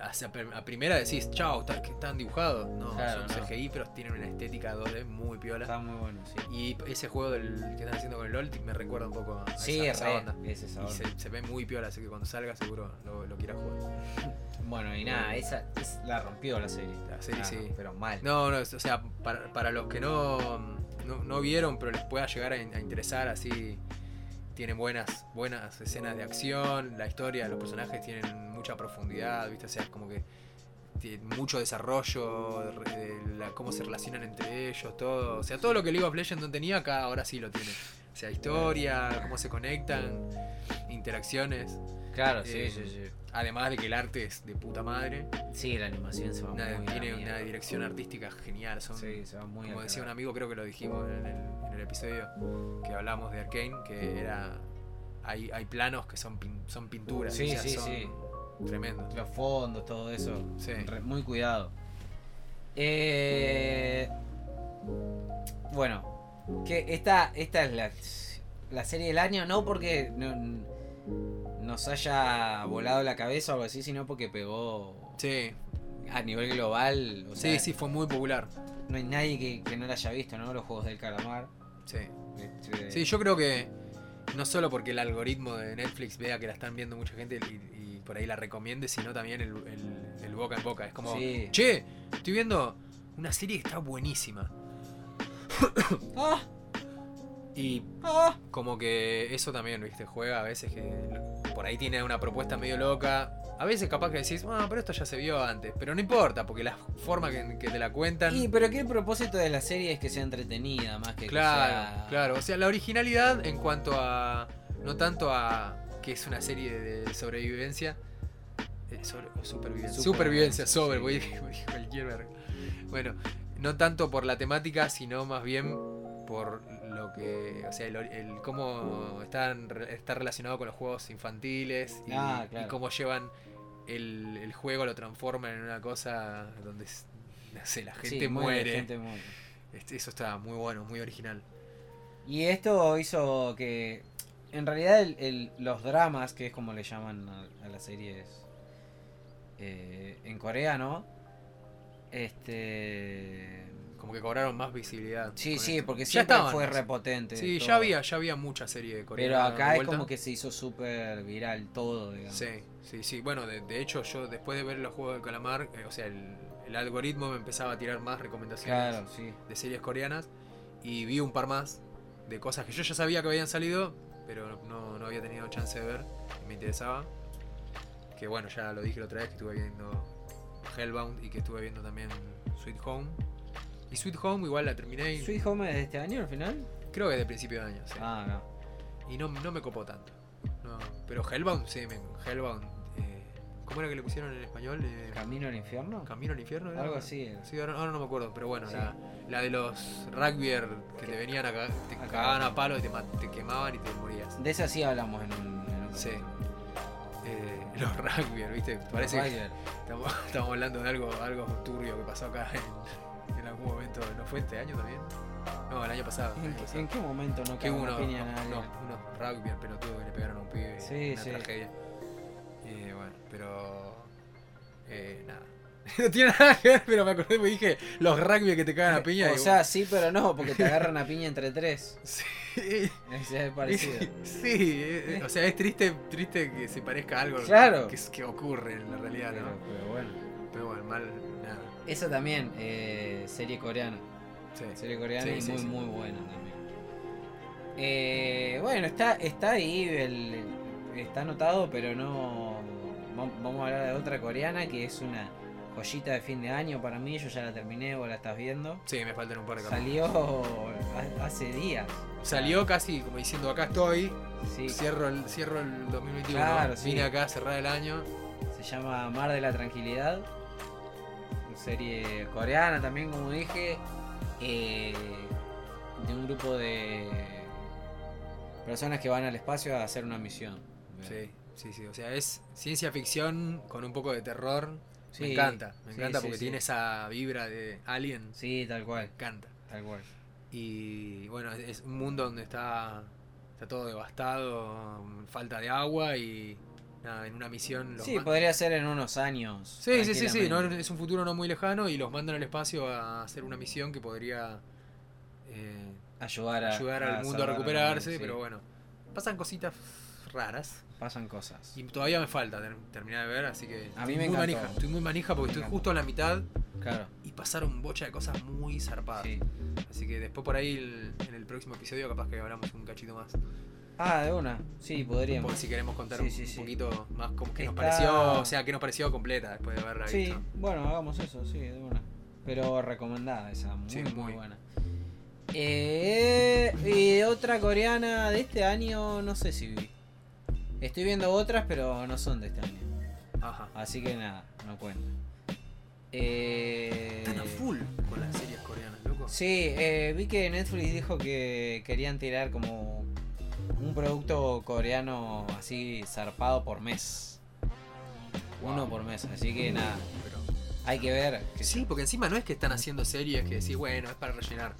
Speaker 1: hacia pr- a primera decís, chao, están, están dibujados. No,
Speaker 2: Claro,
Speaker 1: son
Speaker 2: no.
Speaker 1: CGI, pero tienen una estética 2D muy piola.
Speaker 2: Está muy bueno, sí.
Speaker 1: Y ese juego del, que están haciendo con el LOL me recuerda un poco a
Speaker 2: Sí,
Speaker 1: esa,
Speaker 2: es
Speaker 1: esa
Speaker 2: re,
Speaker 1: onda.
Speaker 2: es esa
Speaker 1: Y
Speaker 2: onda.
Speaker 1: se, se ve muy piola, así que cuando salga seguro lo, lo quieras jugar.
Speaker 2: Bueno, y nada, esa es- la rompió la serie.
Speaker 1: La serie,
Speaker 2: Ah,
Speaker 1: sí.
Speaker 2: Pero mal.
Speaker 1: No, no, es- o sea, para, para los que no, no, no vieron, pero les pueda llegar a, in- a interesar, así tiene buenas, buenas escenas de acción, la historia, los personajes tienen mucha profundidad, ¿viste? O sea, es como que tiene mucho desarrollo, re- de la- cómo se relacionan entre ellos, todo. O sea, todo lo que League of Legends no tenía, acá ahora sí lo tiene. O sea, historia, cómo se conectan, interacciones.
Speaker 2: Claro, sí,
Speaker 1: Eh,
Speaker 2: sí, sí.
Speaker 1: Además de que el arte es de puta madre,
Speaker 2: Sí, la animación se va
Speaker 1: una-
Speaker 2: muy a la
Speaker 1: tiene una
Speaker 2: mierda.
Speaker 1: dirección artística genial, son
Speaker 2: Sí, se va muy
Speaker 1: como
Speaker 2: a la
Speaker 1: decía un
Speaker 2: mierda.
Speaker 1: amigo, creo que lo dijimos en el, en el episodio que hablamos de Arkane, que era. Hay, hay planos que son, pin- son pinturas.
Speaker 2: Sí,
Speaker 1: o sea,
Speaker 2: sí,
Speaker 1: son
Speaker 2: sí.
Speaker 1: Tremendos.
Speaker 2: Los fondos, todo eso.
Speaker 1: Sí.
Speaker 2: Re- muy cuidado. Eh, bueno, que esta, esta es la, la serie del año, no porque no- nos haya volado la cabeza o algo así, sino porque pegó
Speaker 1: Sí,
Speaker 2: a nivel global. O sea,
Speaker 1: sí, sí, fue muy popular.
Speaker 2: No hay nadie que, que no la haya visto, ¿no? Los juegos del calamar.
Speaker 1: Sí.
Speaker 2: Este,
Speaker 1: Sí, yo creo que no solo porque el algoritmo de Netflix vea que la están viendo mucha gente y, y por ahí la recomiende, sino también el, el- el boca en boca. Es como,
Speaker 2: Sí.
Speaker 1: che, estoy viendo una serie que está buenísima.
Speaker 2: ¡Ah!
Speaker 1: Y
Speaker 2: ¡Ah!
Speaker 1: como que eso también, viste, juega a veces que por ahí tiene una propuesta medio loca. A veces capaz que decís, bueno, pero esto ya se vio antes. Pero no importa, porque la forma que, que te la cuentan.
Speaker 2: Y, pero que el propósito de la serie es que sea entretenida más que que
Speaker 1: claro,
Speaker 2: Eh, sea-
Speaker 1: claro. O sea, la originalidad en cuanto a. No tanto a que es una serie de sobrevivencia. eh, sobre- o supervivencia. Supervivencia,
Speaker 2: Supervivencia,
Speaker 1: sobre, [laughs]
Speaker 2: sí.
Speaker 1: voy dije cualquier verga. Bueno, no tanto por la temática, sino más bien por lo que, o sea, el, ori- el cómo están, re- está relacionado con los juegos infantiles y,
Speaker 2: Ah, claro.
Speaker 1: y cómo llevan el, el juego, lo transforman en una cosa donde s- no sé, la
Speaker 2: Sí,
Speaker 1: gente
Speaker 2: muere,
Speaker 1: muere.
Speaker 2: gente muere.
Speaker 1: Este, Eso está muy bueno, muy original.
Speaker 2: Y esto hizo que. En realidad, el- el- los dramas, que es como le llaman a, a las series eh, en Corea, ¿no? Este.
Speaker 1: Como que cobraron más visibilidad.
Speaker 2: Sí,
Speaker 1: con
Speaker 2: sí,
Speaker 1: esto.
Speaker 2: porque
Speaker 1: Ya
Speaker 2: siempre
Speaker 1: estaban.
Speaker 2: fue repotente.
Speaker 1: Sí,
Speaker 2: todo.
Speaker 1: ya había, ya había mucha serie de Corea.
Speaker 2: Pero acá
Speaker 1: de
Speaker 2: es
Speaker 1: vuelta.
Speaker 2: como que se hizo súper viral todo, digamos.
Speaker 1: Sí, sí, sí. Bueno, de, de hecho, yo después de ver los juegos del calamar, eh, o sea, el, el algoritmo me empezaba a tirar más recomendaciones
Speaker 2: Claro, sí.
Speaker 1: de series coreanas y vi un par más de cosas que yo ya sabía que habían salido, pero no, no había tenido chance de ver y me interesaba. Que bueno, ya lo dije la otra vez que estuve viendo Hellbound y que estuve viendo también Sweet Home. Y Sweet Home igual la terminé, y-
Speaker 2: ¿Sweet Home es de este año al final?
Speaker 1: creo que de principio de año. sí.
Speaker 2: Ah, no.
Speaker 1: Y no, no me copó tanto. No, pero Hellbound, sí, me, Hellbound. eh, ¿Cómo era que le pusieron en español? Eh,
Speaker 2: ¿Camino al infierno?
Speaker 1: Camino al infierno. era?
Speaker 2: Algo así. era.
Speaker 1: Sí, ahora, ahora no me acuerdo, pero bueno,
Speaker 2: Sí.
Speaker 1: la, la de los rugbyer que te venían a cagar, te
Speaker 2: A
Speaker 1: cagaban
Speaker 2: cagar.
Speaker 1: a palo y te, ma- te quemaban y te morías.
Speaker 2: De esa sí hablamos en un. en un
Speaker 1: Sí.
Speaker 2: capítulo.
Speaker 1: Eh, [laughs] los rugbyer, ¿viste? Parece que [laughs]
Speaker 2: Ryder.
Speaker 1: estamos, estamos hablando de algo, algo turbio que pasó acá en, en algún momento. ¿No fue este año también? No, el año pasado. el
Speaker 2: ¿En
Speaker 1: año
Speaker 2: qué,
Speaker 1: pasado.
Speaker 2: en qué momento no
Speaker 1: Que
Speaker 2: cae
Speaker 1: hubo
Speaker 2: una
Speaker 1: unos,
Speaker 2: piña a
Speaker 1: unos-
Speaker 2: nadie?
Speaker 1: unos rugby pelotudos que le pegaron a un pibe.
Speaker 2: Sí,
Speaker 1: una
Speaker 2: sí.
Speaker 1: tragedia. Eh, bueno, pero. eh, nada. [laughs] No tiene nada que ver, pero me acordé porque dije los rugby que te cagan a piña.
Speaker 2: Eh, o
Speaker 1: y
Speaker 2: sea, sí, pero no, porque
Speaker 1: [laughs]
Speaker 2: te agarran a piña entre tres.
Speaker 1: vos- [laughs] sí,
Speaker 2: O sea, es parecido.
Speaker 1: [laughs] sí, eh, o sea, es triste, triste que se parezca a algo
Speaker 2: Claro.
Speaker 1: que, que ocurre en la realidad,
Speaker 2: Pero,
Speaker 1: ¿no?
Speaker 2: pero bueno.
Speaker 1: Pero bueno, mal, nada.
Speaker 2: Esa también, eh, serie coreana.
Speaker 1: Sí.
Speaker 2: Serie coreana
Speaker 1: Sí,
Speaker 2: y
Speaker 1: sí,
Speaker 2: muy,
Speaker 1: sí.
Speaker 2: muy buena también. Eh, bueno, está, está ahí, el, el- está anotado, pero no. vam- Vamos a hablar de otra coreana que es una joyita de fin de año para mí. Yo ya la terminé, vos la estás viendo.
Speaker 1: Sí, me faltan un par de capítulos.
Speaker 2: Salió ha- hace días.
Speaker 1: Salió casi como diciendo acá estoy,
Speaker 2: Sí,
Speaker 1: cierro el, cierro el 2021.
Speaker 2: Claro, sí.
Speaker 1: Vine acá a cerrar el año.
Speaker 2: Se llama Mar de la Tranquilidad. Una serie coreana también, como dije. Eh, de un grupo de personas que van al espacio a hacer una misión.
Speaker 1: Sí, sí, sí. O sea, es ciencia ficción con un poco de terror.
Speaker 2: Sí,
Speaker 1: me encanta, me
Speaker 2: sí,
Speaker 1: encanta
Speaker 2: sí,
Speaker 1: porque
Speaker 2: sí.
Speaker 1: tiene esa vibra de Alien.
Speaker 2: Sí, tal
Speaker 1: Me
Speaker 2: cual,
Speaker 1: encanta.
Speaker 2: tal cual.
Speaker 1: Y bueno, es, es un mundo donde está, está todo devastado, falta de agua y nada, en una misión los
Speaker 2: Sí,
Speaker 1: ma-
Speaker 2: podría ser en unos años.
Speaker 1: Sí, sí, sí, sí, no,
Speaker 2: tranquilamente.
Speaker 1: es un futuro no muy lejano y los mandan al espacio a hacer una misión que podría eh,
Speaker 2: Ayudar, a-
Speaker 1: ayudar
Speaker 2: a
Speaker 1: al mundo a
Speaker 2: salvar la
Speaker 1: recuperarse,
Speaker 2: humanidad, sí.
Speaker 1: pero bueno, pasan cositas raras
Speaker 2: Pasan cosas.
Speaker 1: y todavía me falta ter- terminar de ver, así que
Speaker 2: A mí
Speaker 1: estoy
Speaker 2: me
Speaker 1: muy
Speaker 2: encantó.
Speaker 1: manija, estoy muy manija porque
Speaker 2: Me
Speaker 1: estoy
Speaker 2: encantó.
Speaker 1: justo en la mitad
Speaker 2: Claro,
Speaker 1: y pasaron bocha de cosas muy zarpadas.
Speaker 2: sí.
Speaker 1: Así que después por ahí el- en el próximo episodio capaz que hablamos un cachito más.
Speaker 2: Ah, de una. Sí,
Speaker 1: Por
Speaker 2: podríamos.
Speaker 1: si queremos contar
Speaker 2: Sí,
Speaker 1: un,
Speaker 2: sí,
Speaker 1: un
Speaker 2: sí.
Speaker 1: poquito más cómo qué nos
Speaker 2: Está-
Speaker 1: pareció, o sea, qué nos pareció completa después de verla
Speaker 2: Sí,
Speaker 1: visto.
Speaker 2: bueno, hagamos eso, sí, de una. Pero recomendada esa, muy,
Speaker 1: Sí,
Speaker 2: muy,
Speaker 1: muy.
Speaker 2: buena. Eh, y otra coreana de este año, no sé si vi. Estoy viendo otras, pero no son de este año.
Speaker 1: Ajá.
Speaker 2: Así que nada, no cuenta. Eh,
Speaker 1: Están a full con las series coreanas, loco.
Speaker 2: Sí, eh, vi que Netflix dijo que querían tirar como un producto coreano así zarpado por mes.
Speaker 1: Wow.
Speaker 2: Uno por mes, así que nada,
Speaker 1: Pero-
Speaker 2: hay que ver. qué sé
Speaker 1: Sí, porque encima no es que están haciendo series que decís, bueno, es para rellenar.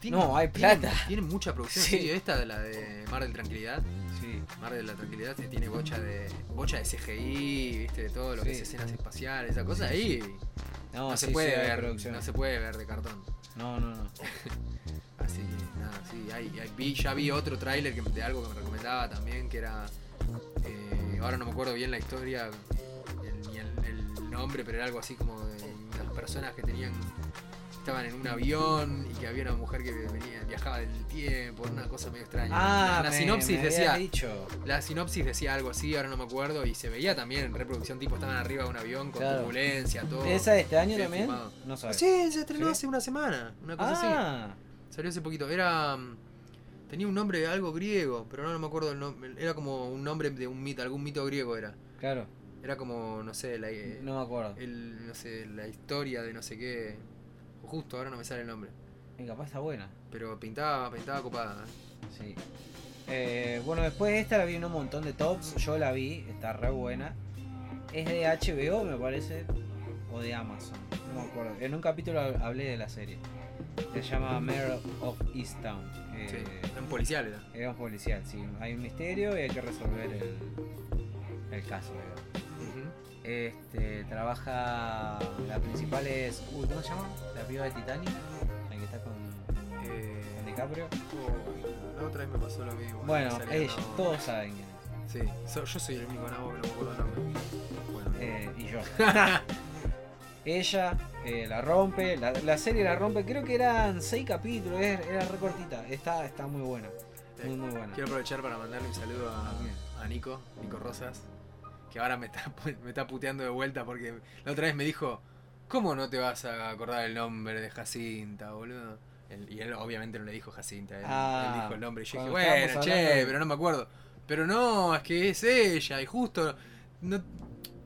Speaker 1: Tienen-
Speaker 2: No, hay
Speaker 1: tienen-
Speaker 2: plata.
Speaker 1: Tienen, mucha producción.
Speaker 2: Sí.
Speaker 1: Sí. esta de la de Mar del Tranquilidad.
Speaker 2: Sí,
Speaker 1: Mar de la Tranquilidad se tiene bocha de bocha de CGI, viste, de todo lo que
Speaker 2: Sí.
Speaker 1: es escenas espaciales, esa cosa
Speaker 2: Sí,
Speaker 1: ahí.
Speaker 2: no,
Speaker 1: No,
Speaker 2: sí,
Speaker 1: se puede
Speaker 2: sí, hay
Speaker 1: ver,
Speaker 2: producción.
Speaker 1: no se puede ver de cartón.
Speaker 2: No, no, no.
Speaker 1: Así que nada, sí, hay, hay- vi, ya vi otro tráiler que- de algo que me recomendaba también, que era, eh, ahora no me acuerdo bien la historia el- ni el, el nombre, pero era algo así como de unas personas que tenían, estaban en un avión y que había una mujer que venía, viajaba del tiempo, una cosa medio extraña.
Speaker 2: Ah,
Speaker 1: la, la
Speaker 2: me-
Speaker 1: sinopsis
Speaker 2: me habías
Speaker 1: decía,
Speaker 2: dicho.
Speaker 1: la sinopsis decía algo así, ahora no me acuerdo, y se veía también en reproducción, tipo estaban arriba de un avión con
Speaker 2: Claro.
Speaker 1: turbulencia, todo.
Speaker 2: ¿Esa de este año
Speaker 1: Bien
Speaker 2: también?
Speaker 1: filmado. Ah,
Speaker 2: No sabes.
Speaker 1: Sí, se estrenó
Speaker 2: ¿Sí?
Speaker 1: hace una semana, una cosa así.
Speaker 2: Ah,
Speaker 1: Salió hace poquito. Era. mm, Tenía un nombre de algo griego, pero ahora no me acuerdo el nombre. Era como un nombre de un mito, algún mito griego era.
Speaker 2: claro.
Speaker 1: Era como, no sé, la, eh,
Speaker 2: No me acuerdo.
Speaker 1: el, no sé, la historia de no sé qué. O Justo, ahora no me sale el nombre.
Speaker 2: Eh, Capaz está buena.
Speaker 1: Pero pintaba, pintaba copada.
Speaker 2: Sí. Eh, bueno, después de esta la vi en un montón de tops. Yo la vi, está re buena. Es de HBO, me parece. O de Amazon. No me acuerdo. En un capítulo hab- hablé de la serie. Se llama Mayor of Easttown. Eh,
Speaker 1: Sí, era un policial era.
Speaker 2: Era un policial, sí. Hay un misterio y hay que resolver el, el caso. digamos.
Speaker 1: Ujú.
Speaker 2: Este, trabaja. La principal es. Uy, ¿cómo se llama? La piba de Titanic. La que está con, con
Speaker 1: Eh,
Speaker 2: DiCaprio.
Speaker 1: oh, la otra vez me pasó lo mismo.
Speaker 2: Bueno,
Speaker 1: Me salía,
Speaker 2: ella,
Speaker 1: no.
Speaker 2: todos saben quién es.
Speaker 1: Sí, so- yo soy el único nabo que no me acuerdo el nombre. Bueno,
Speaker 2: Eh, y
Speaker 1: [laughs]
Speaker 2: yo. Ella eh, la rompe, la, la serie la rompe. Creo que eran seis capítulos, era, era re cortita. Está, está muy buena.
Speaker 1: eh,
Speaker 2: Muy, muy buena.
Speaker 1: Quiero aprovechar para mandarle un saludo a,
Speaker 2: Bien.
Speaker 1: a Nico, Nico Rosas, que ahora me está, [laughs] pu- me está puteando de vuelta porque la otra vez me dijo, ¿cómo no te vas a acordar el nombre de Jacinta, boludo? Él- y él obviamente no le dijo Jacinta, él,
Speaker 2: Ah,
Speaker 1: él dijo el nombre y yo dije,
Speaker 2: cuando estábamos
Speaker 1: bueno, che,
Speaker 2: hablando de-
Speaker 1: pero no me acuerdo. Pero no, es que es ella y justo no,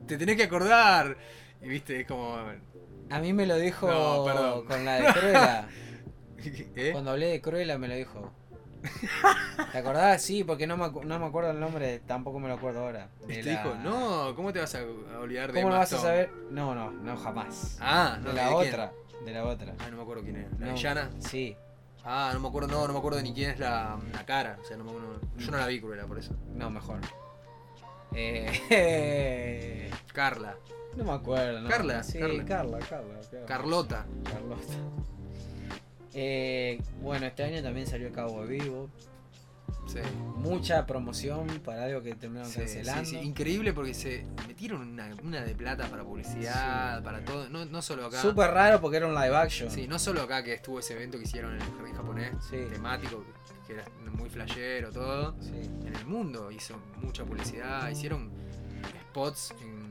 Speaker 1: te tenés que acordar. Y viste, es como...
Speaker 2: A mí me lo dijo
Speaker 1: No, perdón.
Speaker 2: con la
Speaker 1: [laughs]
Speaker 2: de Cruella.
Speaker 1: ¿eh?
Speaker 2: Cuando hablé de Cruella me lo dijo. ¿Te acordás? Sí, porque no me, acu- no me acuerdo el nombre, tampoco me lo acuerdo ahora.
Speaker 1: Y
Speaker 2: De
Speaker 1: te
Speaker 2: la-
Speaker 1: Este dijo, no, ¿cómo te vas a a olvidar de
Speaker 2: ¿Cómo lo
Speaker 1: Emma
Speaker 2: vas a
Speaker 1: Stone?"
Speaker 2: saber? No, no, no, jamás.
Speaker 1: Ah, no,
Speaker 2: de la
Speaker 1: quién?
Speaker 2: otra. De la otra.
Speaker 1: Ah, no me acuerdo quién era. ¿La
Speaker 2: No.
Speaker 1: villana?
Speaker 2: Sí.
Speaker 1: Ah, no me acuerdo, no, no me acuerdo ni quién es la, la cara. O sea, no me acuerdo. Yo no la vi, Cruella, por eso.
Speaker 2: No, mejor. Eh, [laughs]
Speaker 1: Carla.
Speaker 2: No me acuerdo. ¿no?
Speaker 1: Carla,
Speaker 2: Sí,
Speaker 1: Carla.
Speaker 2: Carla, Carla. Carla.
Speaker 1: Carlota.
Speaker 2: Carlota. Eh, bueno, este año también salió Cabo Vivo.
Speaker 1: Sí.
Speaker 2: Mucha promoción para algo que terminaron
Speaker 1: Sí, sí,
Speaker 2: cancelando.
Speaker 1: sí. Increíble porque se metieron una, una de plata para publicidad, para todo. No, no solo acá.
Speaker 2: Súper raro porque era un live action.
Speaker 1: Sí, no solo acá que estuvo ese evento que hicieron en el jardín japonés,
Speaker 2: Sí.
Speaker 1: temático, que era muy flashero, todo.
Speaker 2: Sí.
Speaker 1: En el mundo hizo mucha publicidad, hicieron spots en,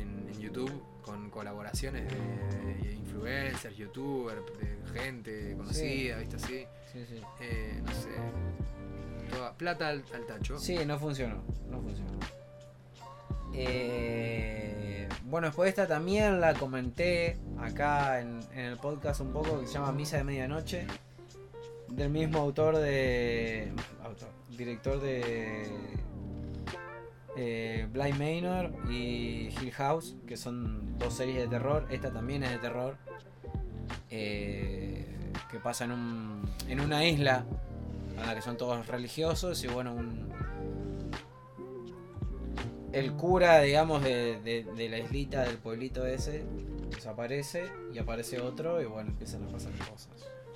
Speaker 1: en- en YouTube con colaboraciones de, de influencers, youtubers, de gente conocida, ¿viste? Así.
Speaker 2: Sí, sí.
Speaker 1: eh, no sé, toda- plata al, al tacho.
Speaker 2: Sí, no funcionó. No funcionó. Eh, bueno, después esta también la comenté acá en, en el podcast un poco, que se llama Misa de Medianoche. Del mismo autor de. autor, director de. eh, Blind Manor y Hill House, que son dos series de terror. Esta también es de terror. eh, que pasa en, un, en una isla en la que son todos religiosos y bueno, un. El cura, digamos, de, de- de la islita, del pueblito ese, desaparece y aparece otro y bueno, empiezan a pasar cosas.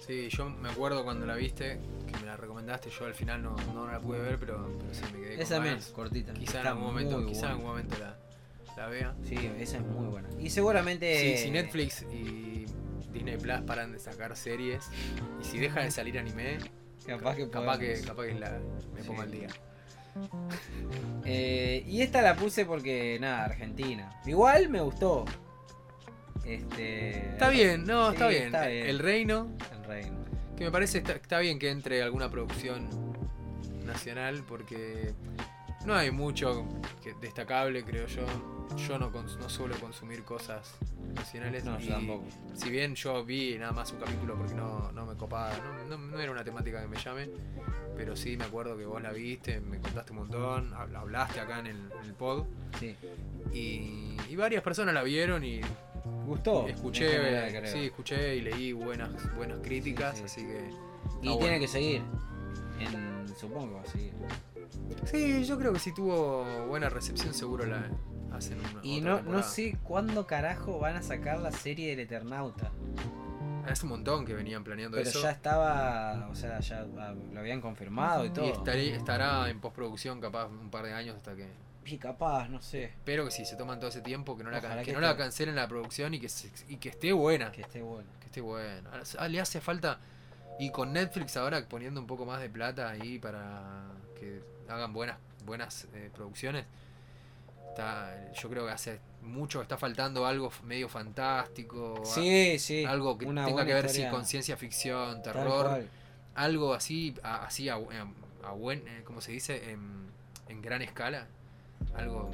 Speaker 1: Sí, yo me acuerdo cuando la viste, que me la recomendaste, yo al final no, no la pude ver, pero, pero sí me quedé con
Speaker 2: Esa también es
Speaker 1: ganas.
Speaker 2: cortita.
Speaker 1: Quizá en
Speaker 2: está
Speaker 1: algún momento,
Speaker 2: muy
Speaker 1: quizá en algún
Speaker 2: buena.
Speaker 1: momento la, la vea.
Speaker 2: Sí, esa es muy buena. Y seguramente.
Speaker 1: Si, si Netflix y Disney Plus paran de sacar series y si deja de salir anime,
Speaker 2: Capaz que.
Speaker 1: capaz que,
Speaker 2: podemos.
Speaker 1: capaz que la, me
Speaker 2: Sí.
Speaker 1: pongo al día.
Speaker 2: Eh, y esta la puse porque, nada, Argentina. Igual me gustó. Este.
Speaker 1: Está bien, no,
Speaker 2: Sí,
Speaker 1: está, bien.
Speaker 2: está bien.
Speaker 1: El Reino,
Speaker 2: El reino.
Speaker 1: que me parece está, está bien que entre alguna producción nacional porque no hay mucho que- destacable, creo yo. Yo no, cons- no suelo consumir cosas nacionales.
Speaker 2: No, yo
Speaker 1: y-
Speaker 2: tampoco.
Speaker 1: Si bien yo vi nada más un capítulo porque no, no me copaba, no, no- no era una temática que me llame, pero sí me acuerdo que vos la viste, me contaste un montón, habl- hablaste acá en el, en el pod
Speaker 2: Sí.
Speaker 1: y, y varias personas la vieron y
Speaker 2: Gustó.
Speaker 1: escuché,
Speaker 2: Oh, en general, creo.
Speaker 1: sí, escuché y leí buenas, buenas críticas,
Speaker 2: Sí, sí,
Speaker 1: así que...
Speaker 2: Y
Speaker 1: está
Speaker 2: tiene
Speaker 1: bueno.
Speaker 2: que seguir. En, supongo, así.
Speaker 1: Sí, yo creo que si tuvo buena recepción seguro la hacen una
Speaker 2: Y
Speaker 1: otra
Speaker 2: no, no
Speaker 1: temporada.
Speaker 2: sé cuándo carajo van a sacar la serie del Eternauta.
Speaker 1: Hace un montón que venían planeando
Speaker 2: Pero
Speaker 1: eso.
Speaker 2: ya estaba, o sea, ya ah, lo habían confirmado y todo.
Speaker 1: y estaré- estará en postproducción capaz un par de años hasta que
Speaker 2: Y capaz, no sé,
Speaker 1: Espero que si se toman todo ese tiempo, que no la, can-
Speaker 2: Ojalá
Speaker 1: que
Speaker 2: que
Speaker 1: no
Speaker 2: esté-
Speaker 1: la cancelen la producción y que, se- y que esté buena.
Speaker 2: que
Speaker 1: Que,
Speaker 2: esté bueno.
Speaker 1: esté buena. Ahora, ah, le hace falta. Y con Netflix ahora poniendo un poco más de plata ahí para que hagan buenas, buenas eh, producciones. Está, yo creo que hace mucho que está faltando algo f- medio fantástico. a-
Speaker 2: Sí, sí.
Speaker 1: Algo que
Speaker 2: una
Speaker 1: tenga
Speaker 2: buena
Speaker 1: que ver
Speaker 2: historia.
Speaker 1: sí, con ciencia ficción,
Speaker 2: Tal
Speaker 1: terror.
Speaker 2: cual.
Speaker 1: Algo así, a- así a, bu- em, a buen, eh, ¿cómo se dice? En, en gran escala. Algo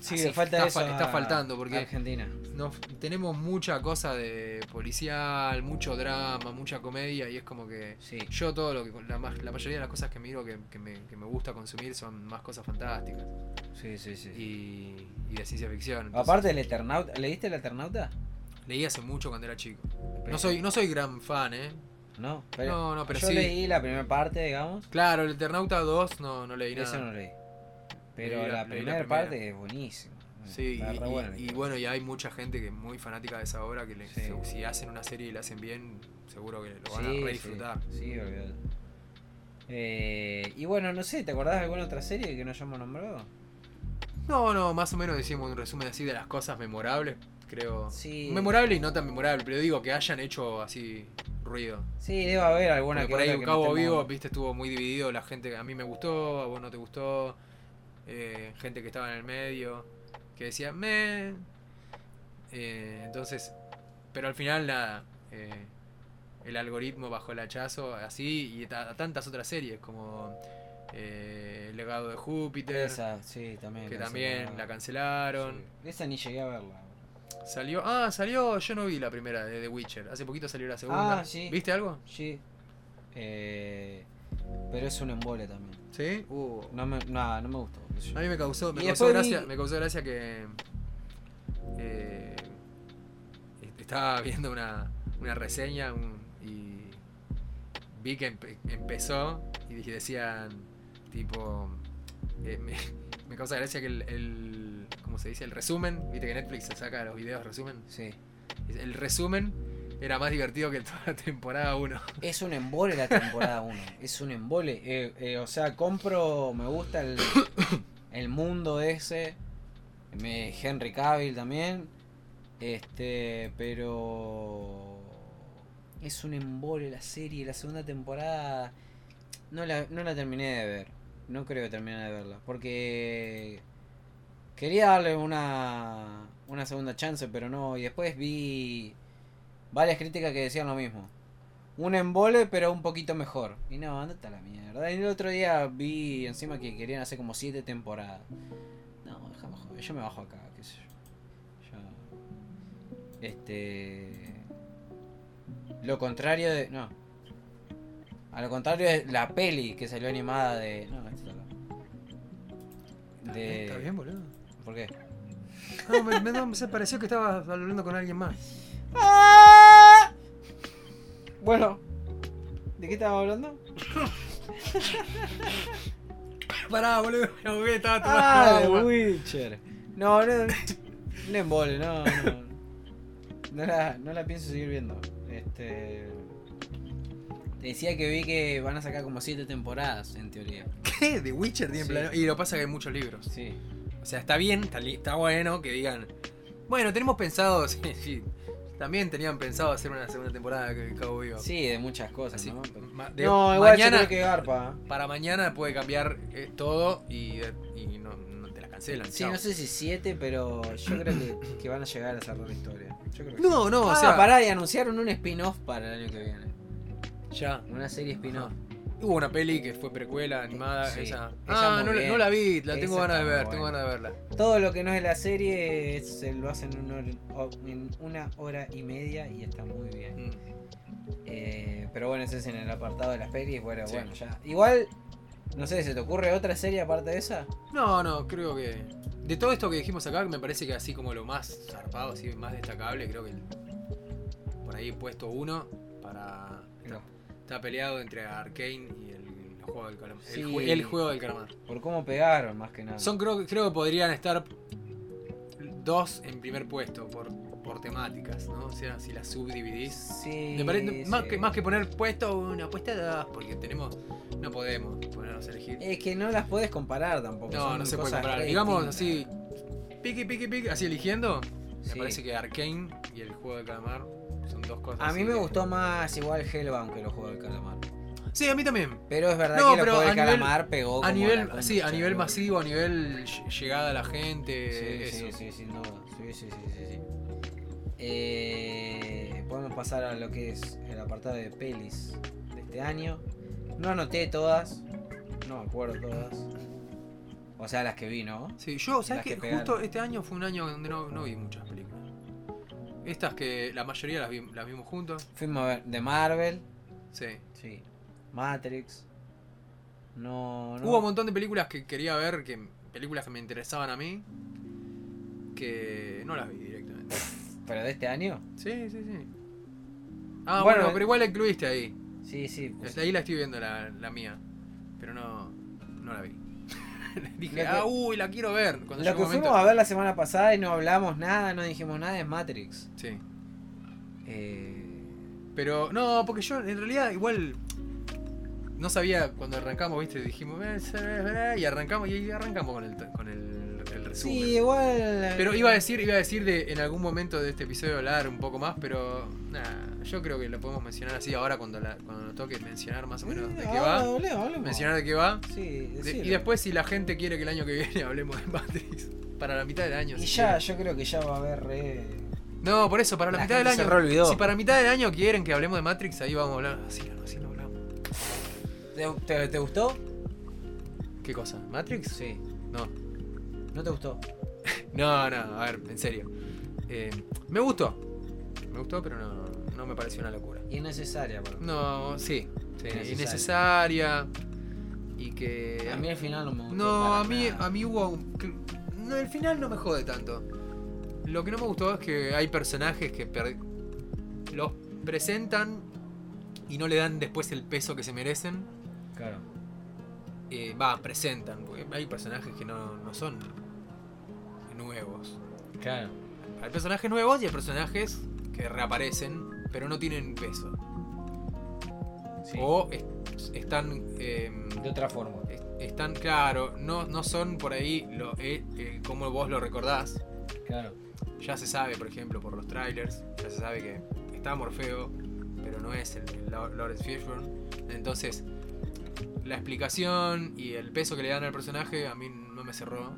Speaker 2: Sí,
Speaker 1: Así,
Speaker 2: le falta
Speaker 1: está
Speaker 2: eso
Speaker 1: fal- está
Speaker 2: a-
Speaker 1: faltando, porque-
Speaker 2: a Argentina.
Speaker 1: no, tenemos mucha cosa de policial, mucho drama, mucha comedia y es como que
Speaker 2: Sí.
Speaker 1: yo todo lo que la, ma- la mayoría de las cosas que miro que, que me, que me gusta consumir son más cosas fantásticas
Speaker 2: Sí, sí, sí.
Speaker 1: y, y de ciencia ficción. Entonces,
Speaker 2: Aparte el Eternauta, ¿leíste el Eternauta?
Speaker 1: leí hace mucho cuando era chico.
Speaker 2: Pero-
Speaker 1: No soy no soy gran fan, ¿eh?
Speaker 2: No, pero
Speaker 1: no, no, pero
Speaker 2: yo
Speaker 1: sí.
Speaker 2: leí la primera parte, digamos.
Speaker 1: Claro, el Eternauta 2 no, no leí
Speaker 2: Eso
Speaker 1: nada.
Speaker 2: no leí. Pero
Speaker 1: Leí la-
Speaker 2: la,
Speaker 1: leí la
Speaker 2: primera
Speaker 1: primera.
Speaker 2: parte es buenísima.
Speaker 1: Sí,
Speaker 2: Está
Speaker 1: y,
Speaker 2: re
Speaker 1: y-
Speaker 2: buena la
Speaker 1: y
Speaker 2: historia.
Speaker 1: bueno, y hay mucha gente que es muy fanática de esa obra que le-
Speaker 2: Sí.
Speaker 1: si hacen una serie y la hacen bien, seguro que lo van
Speaker 2: Sí,
Speaker 1: a
Speaker 2: sí,
Speaker 1: re disfrutar.
Speaker 2: Sí, olvidate. Eh, y bueno, no sé, ¿te acordás de alguna otra serie que no hayamos nombrado?
Speaker 1: No, no, más o menos decimos un resumen así de las cosas memorables, creo.
Speaker 2: Sí.
Speaker 1: Memorable y no tan memorable, pero digo que hayan hecho así ruido.
Speaker 2: Sí, debe haber alguna
Speaker 1: Porque
Speaker 2: que
Speaker 1: por ahí
Speaker 2: otra
Speaker 1: un
Speaker 2: que
Speaker 1: cabo
Speaker 2: no
Speaker 1: vivo,
Speaker 2: estemos-
Speaker 1: viste, estuvo muy dividido, la gente que a mí me gustó, a vos no te gustó, eh, gente que estaba en el medio, que decía, me... Eh, entonces, pero al final nada, eh, el algoritmo bajo el hachazo, así, y a, a tantas otras series como eh, El legado de Júpiter,
Speaker 2: Esa, sí, también.
Speaker 1: que
Speaker 2: la
Speaker 1: también
Speaker 2: sacaron.
Speaker 1: la cancelaron.
Speaker 2: Sí. Esa ni llegué a verla.
Speaker 1: Salió. Ah, salió. Yo no vi la primera de The Witcher. Hace poquito salió la segunda.
Speaker 2: Ah, sí.
Speaker 1: ¿Viste algo?
Speaker 2: Sí. Eh, pero es un embole también.
Speaker 1: Sí. Uh.
Speaker 2: No me, no, no me gustó. qué sé yo.
Speaker 1: A mí me causó, me
Speaker 2: Y
Speaker 1: causó
Speaker 2: después vi-
Speaker 1: gracia. Me causó gracia que. eh, est- estaba viendo una, una reseña un- y vi que empe- empezó y dije- decían tipo. eh, me, [laughs] me causa gracia que el, el. ¿Cómo se dice? El resumen. Viste que Netflix se saca los videos resumen.
Speaker 2: Sí.
Speaker 1: El resumen era más divertido que toda la temporada [laughs] 1.
Speaker 2: Es un embole la temporada 1. Es un embole. Eh, eh, o sea, compro, me gusta el, el mundo ese. Me, Henry Cavill también. Este, pero. Es un embole la serie. La segunda temporada. No la, no la terminé de ver. No creo terminar de verla. Porque. Quería darle una, una segunda chance, pero no. Y después vi varias críticas que decían lo mismo. Un embole, pero un poquito mejor. Y no, andate a la mierda. Y el otro día vi encima que querían hacer como siete temporadas. No, déjame joder. Yo me bajo acá, qué sé yo. Yo- Este. Lo contrario de. No. A lo contrario es la peli que salió animada de. No, esta no. De-
Speaker 1: ¿Está bien, boludo?
Speaker 2: ¿Por qué?
Speaker 1: No, me, me- no, me pareció que estabas hablando con alguien más.
Speaker 2: Ah. Bueno, ¿de qué estábamos hablando?
Speaker 1: Pará, boludo, me ahogué, estaba tomando
Speaker 2: [laughs] Ah, de
Speaker 1: agua.
Speaker 2: Witcher. No, no. No embole, no, no. No la, no la pienso seguir viendo. Este. Te decía que vi que van a sacar como 7 temporadas, en teoría.
Speaker 1: ¿Qué? ¿De Witcher tiene
Speaker 2: Sí.
Speaker 1: plano? Y lo pasa que hay muchos libros.
Speaker 2: Sí.
Speaker 1: O sea, está bien, está, li- está bueno que digan. Bueno, tenemos pensado, [laughs] sí, sí. También tenían pensado hacer una segunda temporada que Cabo Vivo.
Speaker 2: Sí, de muchas cosas,
Speaker 1: Así,
Speaker 2: ¿no? Pero-
Speaker 1: ma- de-
Speaker 2: no, igual yo
Speaker 1: mañana,
Speaker 2: creo que garpa.
Speaker 1: para mañana puede cambiar eh, todo y, y no, no te la cancelan.
Speaker 2: Sí,
Speaker 1: chao.
Speaker 2: no sé si 7, pero yo creo que, que van a llegar a cerrar la historia. Yo creo que sí.
Speaker 1: no, no, o
Speaker 2: ah,
Speaker 1: sea,
Speaker 2: pará, y anunciaron un spin-off para el año que viene.
Speaker 1: ya.
Speaker 2: Una serie spin-off.
Speaker 1: Hubo una peli que fue precuela animada,
Speaker 2: Sí,
Speaker 1: esa.
Speaker 2: esa
Speaker 1: Ah,
Speaker 2: muy
Speaker 1: no, la-
Speaker 2: bien.
Speaker 1: no la vi, la tengo
Speaker 2: Esa
Speaker 1: ganas de
Speaker 2: está
Speaker 1: ver,
Speaker 2: muy
Speaker 1: tengo
Speaker 2: buena.
Speaker 1: ganas de verla.
Speaker 2: Todo lo que no es la serie es- se lo hacen en una, hora, o- en una hora y media y está muy bien.
Speaker 1: Mm.
Speaker 2: Eh, pero bueno, ese es en el apartado de las pelis. Bueno,
Speaker 1: Sí.
Speaker 2: bueno, ya. Igual, no sé, ¿se te ocurre otra serie aparte de esa?
Speaker 1: No, no, creo que. De todo esto que dijimos acá, que me parece que así como lo más zarpado, así más destacable, creo que el- por ahí puesto uno para. Está,
Speaker 2: No.
Speaker 1: está peleado entre Arkane y el, el juego del calamar.
Speaker 2: Sí.
Speaker 1: El, jue- el juego del calamar.
Speaker 2: Por cómo pegaron, más que nada.
Speaker 1: Son creo, creo que podrían estar dos en primer puesto por, por temáticas, ¿no? O sea, si las subdividís.
Speaker 2: Sí.
Speaker 1: Me parece, más,
Speaker 2: sí.
Speaker 1: que, más que poner puesto una puesta dos, porque tenemos. No podemos ponernos a elegir.
Speaker 2: Es que no las puedes comparar tampoco.
Speaker 1: No,
Speaker 2: son
Speaker 1: no se puede
Speaker 2: cosas
Speaker 1: comparar.
Speaker 2: re
Speaker 1: Digamos así,
Speaker 2: distintas.
Speaker 1: piqui, piqui, piqui, así eligiendo.
Speaker 2: Sí.
Speaker 1: Me parece que Arkane y el juego de calamar son dos cosas.
Speaker 2: A mí
Speaker 1: así
Speaker 2: me
Speaker 1: que-
Speaker 2: gustó más igual Hellbound que los juegos del calamar.
Speaker 1: Sí, a mí también.
Speaker 2: Pero es verdad
Speaker 1: No,
Speaker 2: que los
Speaker 1: pero
Speaker 2: juegos
Speaker 1: a
Speaker 2: del
Speaker 1: nivel-
Speaker 2: calamar pegó.
Speaker 1: A
Speaker 2: como
Speaker 1: nivel,
Speaker 2: la concha,
Speaker 1: sí, a nivel
Speaker 2: boludo.
Speaker 1: masivo, a nivel ll- llegada a la gente.
Speaker 2: Sí, sí,
Speaker 1: eso.
Speaker 2: sí, sin duda. Sí, sí, sí, sí, sí. Eh, podemos pasar a lo que es el apartado de pelis de este año. No anoté todas. No me acuerdo todas. O sea, las que vi, ¿no?
Speaker 1: Sí, yo, ¿sabes
Speaker 2: Las que
Speaker 1: qué?
Speaker 2: pegaron.
Speaker 1: Justo este año fue un año donde no, no vi muchas películas. Estas que la mayoría las, vi- las vimos juntos.
Speaker 2: Fuimos a ver de Marvel.
Speaker 1: Sí.
Speaker 2: Sí. Matrix. No, no.
Speaker 1: Hubo un montón de películas que quería ver, que películas que me interesaban a mí, que no las vi directamente.
Speaker 2: ¿Pero de este año?
Speaker 1: Sí, sí, sí. Ah,
Speaker 2: Bueno,
Speaker 1: bueno,
Speaker 2: eh.
Speaker 1: pero igual la incluiste ahí.
Speaker 2: Sí, sí. pues,
Speaker 1: Hasta ahí la estoy viendo, la, la mía. Pero no, no la vi. [laughs] Dije,
Speaker 2: Lo que-
Speaker 1: ah, uy, la quiero ver. Cuando
Speaker 2: Lo
Speaker 1: llegó
Speaker 2: que
Speaker 1: un momento.
Speaker 2: fuimos a ver la semana pasada y no hablamos nada, no dijimos nada es Matrix.
Speaker 1: Sí.
Speaker 2: Eh,
Speaker 1: Pero no, porque yo en realidad igual no sabía cuando arrancamos, viste, dijimos, "Eh, se verá", y arrancamos y arrancamos con el, con el, el resumen.
Speaker 2: Sí, eh. igual.
Speaker 1: Pero iba a decir, iba a decir de en algún momento de este episodio hablar un poco más, pero nah, yo creo que lo podemos mencionar así ahora cuando la, cuando nos toque mencionar más o menos de qué va. Mencionar de qué va.
Speaker 2: Sí,
Speaker 1: De-
Speaker 2: decirlo.
Speaker 1: y después si la gente quiere que el año que viene [laughs] hablemos de Matrix. Para la mitad del año.
Speaker 2: Y
Speaker 1: si
Speaker 2: ya,
Speaker 1: quieren.
Speaker 2: yo creo que ya va a haber eh, re.
Speaker 1: No, por eso, para la,
Speaker 2: La
Speaker 1: mitad del
Speaker 2: gente se
Speaker 1: año.
Speaker 2: reolvidó.
Speaker 1: Si para mitad del año quieren que hablemos de Matrix, ahí vamos a hablar. Así no, así no hablamos.
Speaker 2: ¿Te, te, te gustó?
Speaker 1: ¿Qué cosa? ¿Matrix?
Speaker 2: Sí.
Speaker 1: No.
Speaker 2: ¿No te gustó?
Speaker 1: No, no, a ver, en serio. Eh, me gustó. Me gustó, pero no, no me pareció una locura.
Speaker 2: Y es necesaria, por
Speaker 1: No, sí. sí,
Speaker 2: Innecesaria.
Speaker 1: innecesaria. Y que.
Speaker 2: A mí al final no me gustó.
Speaker 1: no,
Speaker 2: para
Speaker 1: a mí,
Speaker 2: nada.
Speaker 1: a mí hubo. un- que- No, el final no me jode tanto. Lo que no me gustó es que hay personajes que per- los presentan y no le dan después el peso que se merecen.
Speaker 2: Claro.
Speaker 1: Eh, Va, presentan, porque hay personajes que no, no son nuevos.
Speaker 2: Claro.
Speaker 1: Hay personajes nuevos y hay personajes que reaparecen, pero no tienen peso.
Speaker 2: Sí.
Speaker 1: O es- están. em,
Speaker 2: De otra forma.
Speaker 1: es- están, claro, no, no son por ahí lo, eh, eh, como vos lo recordás.
Speaker 2: Claro.
Speaker 1: Ya se sabe, por ejemplo, por los trailers, ya se sabe que está Morfeo, pero no es el, el Lau- Lawrence Fishburne. Entonces, la explicación y el peso que le dan al personaje a mí no me cerró,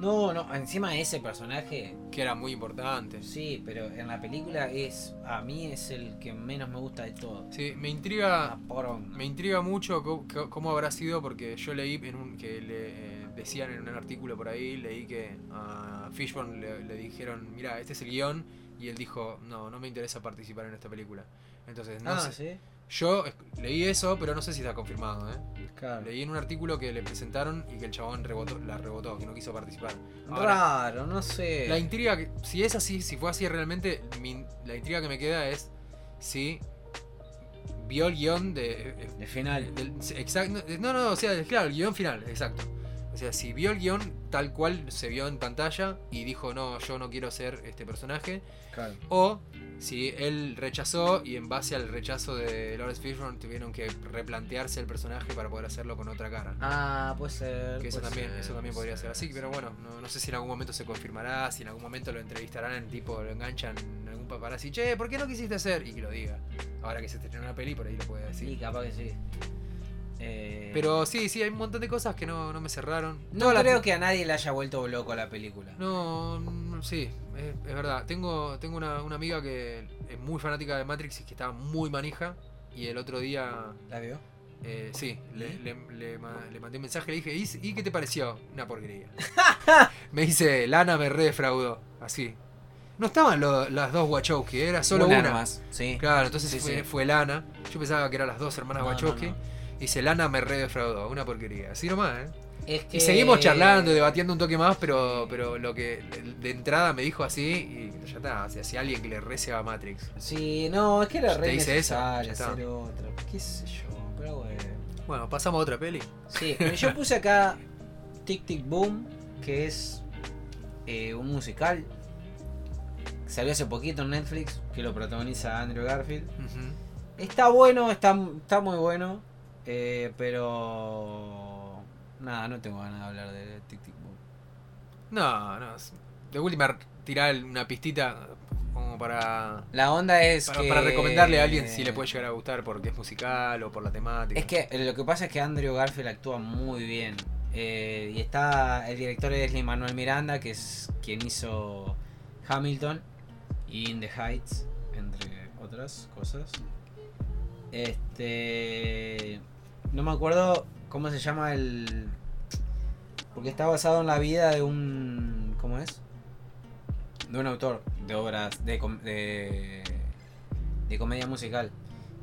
Speaker 2: No, no, encima ese personaje.
Speaker 1: que era muy importante.
Speaker 2: Sí, pero en la película es. A mí es el que menos me gusta de todo.
Speaker 1: Sí, me
Speaker 2: Una
Speaker 1: intriga,
Speaker 2: poronga.
Speaker 1: Ah, me intriga mucho co- co- cómo, habrá sido, porque yo leí en un, que le eh, decían en un artículo por ahí, leí que a Fishburne le, le dijeron, mira, este es el guión, y él dijo, no, no me interesa participar en esta película. Entonces, no
Speaker 2: ah,
Speaker 1: sé.
Speaker 2: sí.
Speaker 1: Yo es- leí eso, pero no sé si está confirmado, ¿eh?
Speaker 2: Claro.
Speaker 1: Leí en un artículo que le presentaron y que el chabón rebotó, la rebotó, que no quiso participar. Ahora,
Speaker 2: Raro, no sé.
Speaker 1: la intriga, que- si es así, si fue así realmente, mi- la intriga que me queda es si vio el guión de...
Speaker 2: De final.
Speaker 1: exacto, no, no, o sea, claro, el guión final, exacto. O sea, si vio el guión tal cual se vio en pantalla y dijo, no, yo no quiero ser este personaje,
Speaker 2: Claro.
Speaker 1: o si él rechazó y en base al rechazo de Lawrence Fishburne tuvieron que replantearse el personaje para poder hacerlo con otra cara.
Speaker 2: Ah, puede ser.
Speaker 1: Que eso
Speaker 2: puede
Speaker 1: también,
Speaker 2: ser,
Speaker 1: eso también
Speaker 2: puede
Speaker 1: podría ser así, pero bueno, no, no sé si en algún momento se confirmará, si en algún momento lo entrevistarán, en tipo lo enganchan en algún paparazzi, che, ¿por qué no quisiste hacer? Y que lo diga. Ahora que se estrenó una peli, por ahí lo puede
Speaker 2: Sí,
Speaker 1: decir.
Speaker 2: capaz que sí. Eh,
Speaker 1: Pero sí, sí, hay un montón de cosas que no, no me cerraron.
Speaker 2: No
Speaker 1: la-
Speaker 2: creo que a nadie le haya vuelto loco a la película.
Speaker 1: No, mm, sí, es, es verdad. Tengo, tengo una, una amiga que es muy fanática de Matrix y que estaba muy manija. Y el otro día,
Speaker 2: ¿La vio?
Speaker 1: eh, sí, le,
Speaker 2: ¿Y?
Speaker 1: le, le ma- le mandé un mensaje, le dije, ¿y, y qué te pareció? Una porquería. me dice, Lana me re defraudó, así. No estaban lo- las dos Wachowski, era solo una.
Speaker 2: más. Sí.
Speaker 1: Claro, entonces
Speaker 2: Sí,
Speaker 1: fue,
Speaker 2: sí.
Speaker 1: fue Lana. Yo pensaba que eran las dos hermanas
Speaker 2: No, no,
Speaker 1: Wachowski.
Speaker 2: no.
Speaker 1: Y dice, Lana me re defraudó, una porquería. Así nomás, ¿eh?
Speaker 2: Es
Speaker 1: Y
Speaker 2: que-
Speaker 1: seguimos charlando, debatiendo un toque más, pero, pero lo que de entrada me dijo así, y ya está, o sea, si alguien que le rece a Matrix.
Speaker 2: Sí, no, es que era
Speaker 1: Si te
Speaker 2: re
Speaker 1: dice eso, ya
Speaker 2: necesario
Speaker 1: está.
Speaker 2: hacer otra. ¿Qué sé yo? Pero bueno.
Speaker 1: Bueno, pasamos a otra peli.
Speaker 2: Sí, pero yo puse acá Tic Tic Boom, que es eh, un musical. que Salió hace poquito en Netflix, que lo protagoniza Andrew Garfield. Está bueno, está, está muy bueno, eh, pero... Nada, no tengo ganas de hablar de Tic Tic Boom.
Speaker 1: No, no. es- De última, tirar una pistita como para,
Speaker 2: La onda es
Speaker 1: para,
Speaker 2: que...
Speaker 1: para recomendarle a alguien si le puede llegar a gustar porque es musical o por la temática.
Speaker 2: Es que lo que pasa es que Andrew Garfield actúa muy bien. eh, y está. El director es Lin Manuel Miranda, que es quien hizo Hamilton y In the Heights, entre otras cosas. Este. No me acuerdo cómo se llama el. Porque está basado en la vida de un. ¿Cómo es? De un autor de obras. de, com- de, de comedia musical.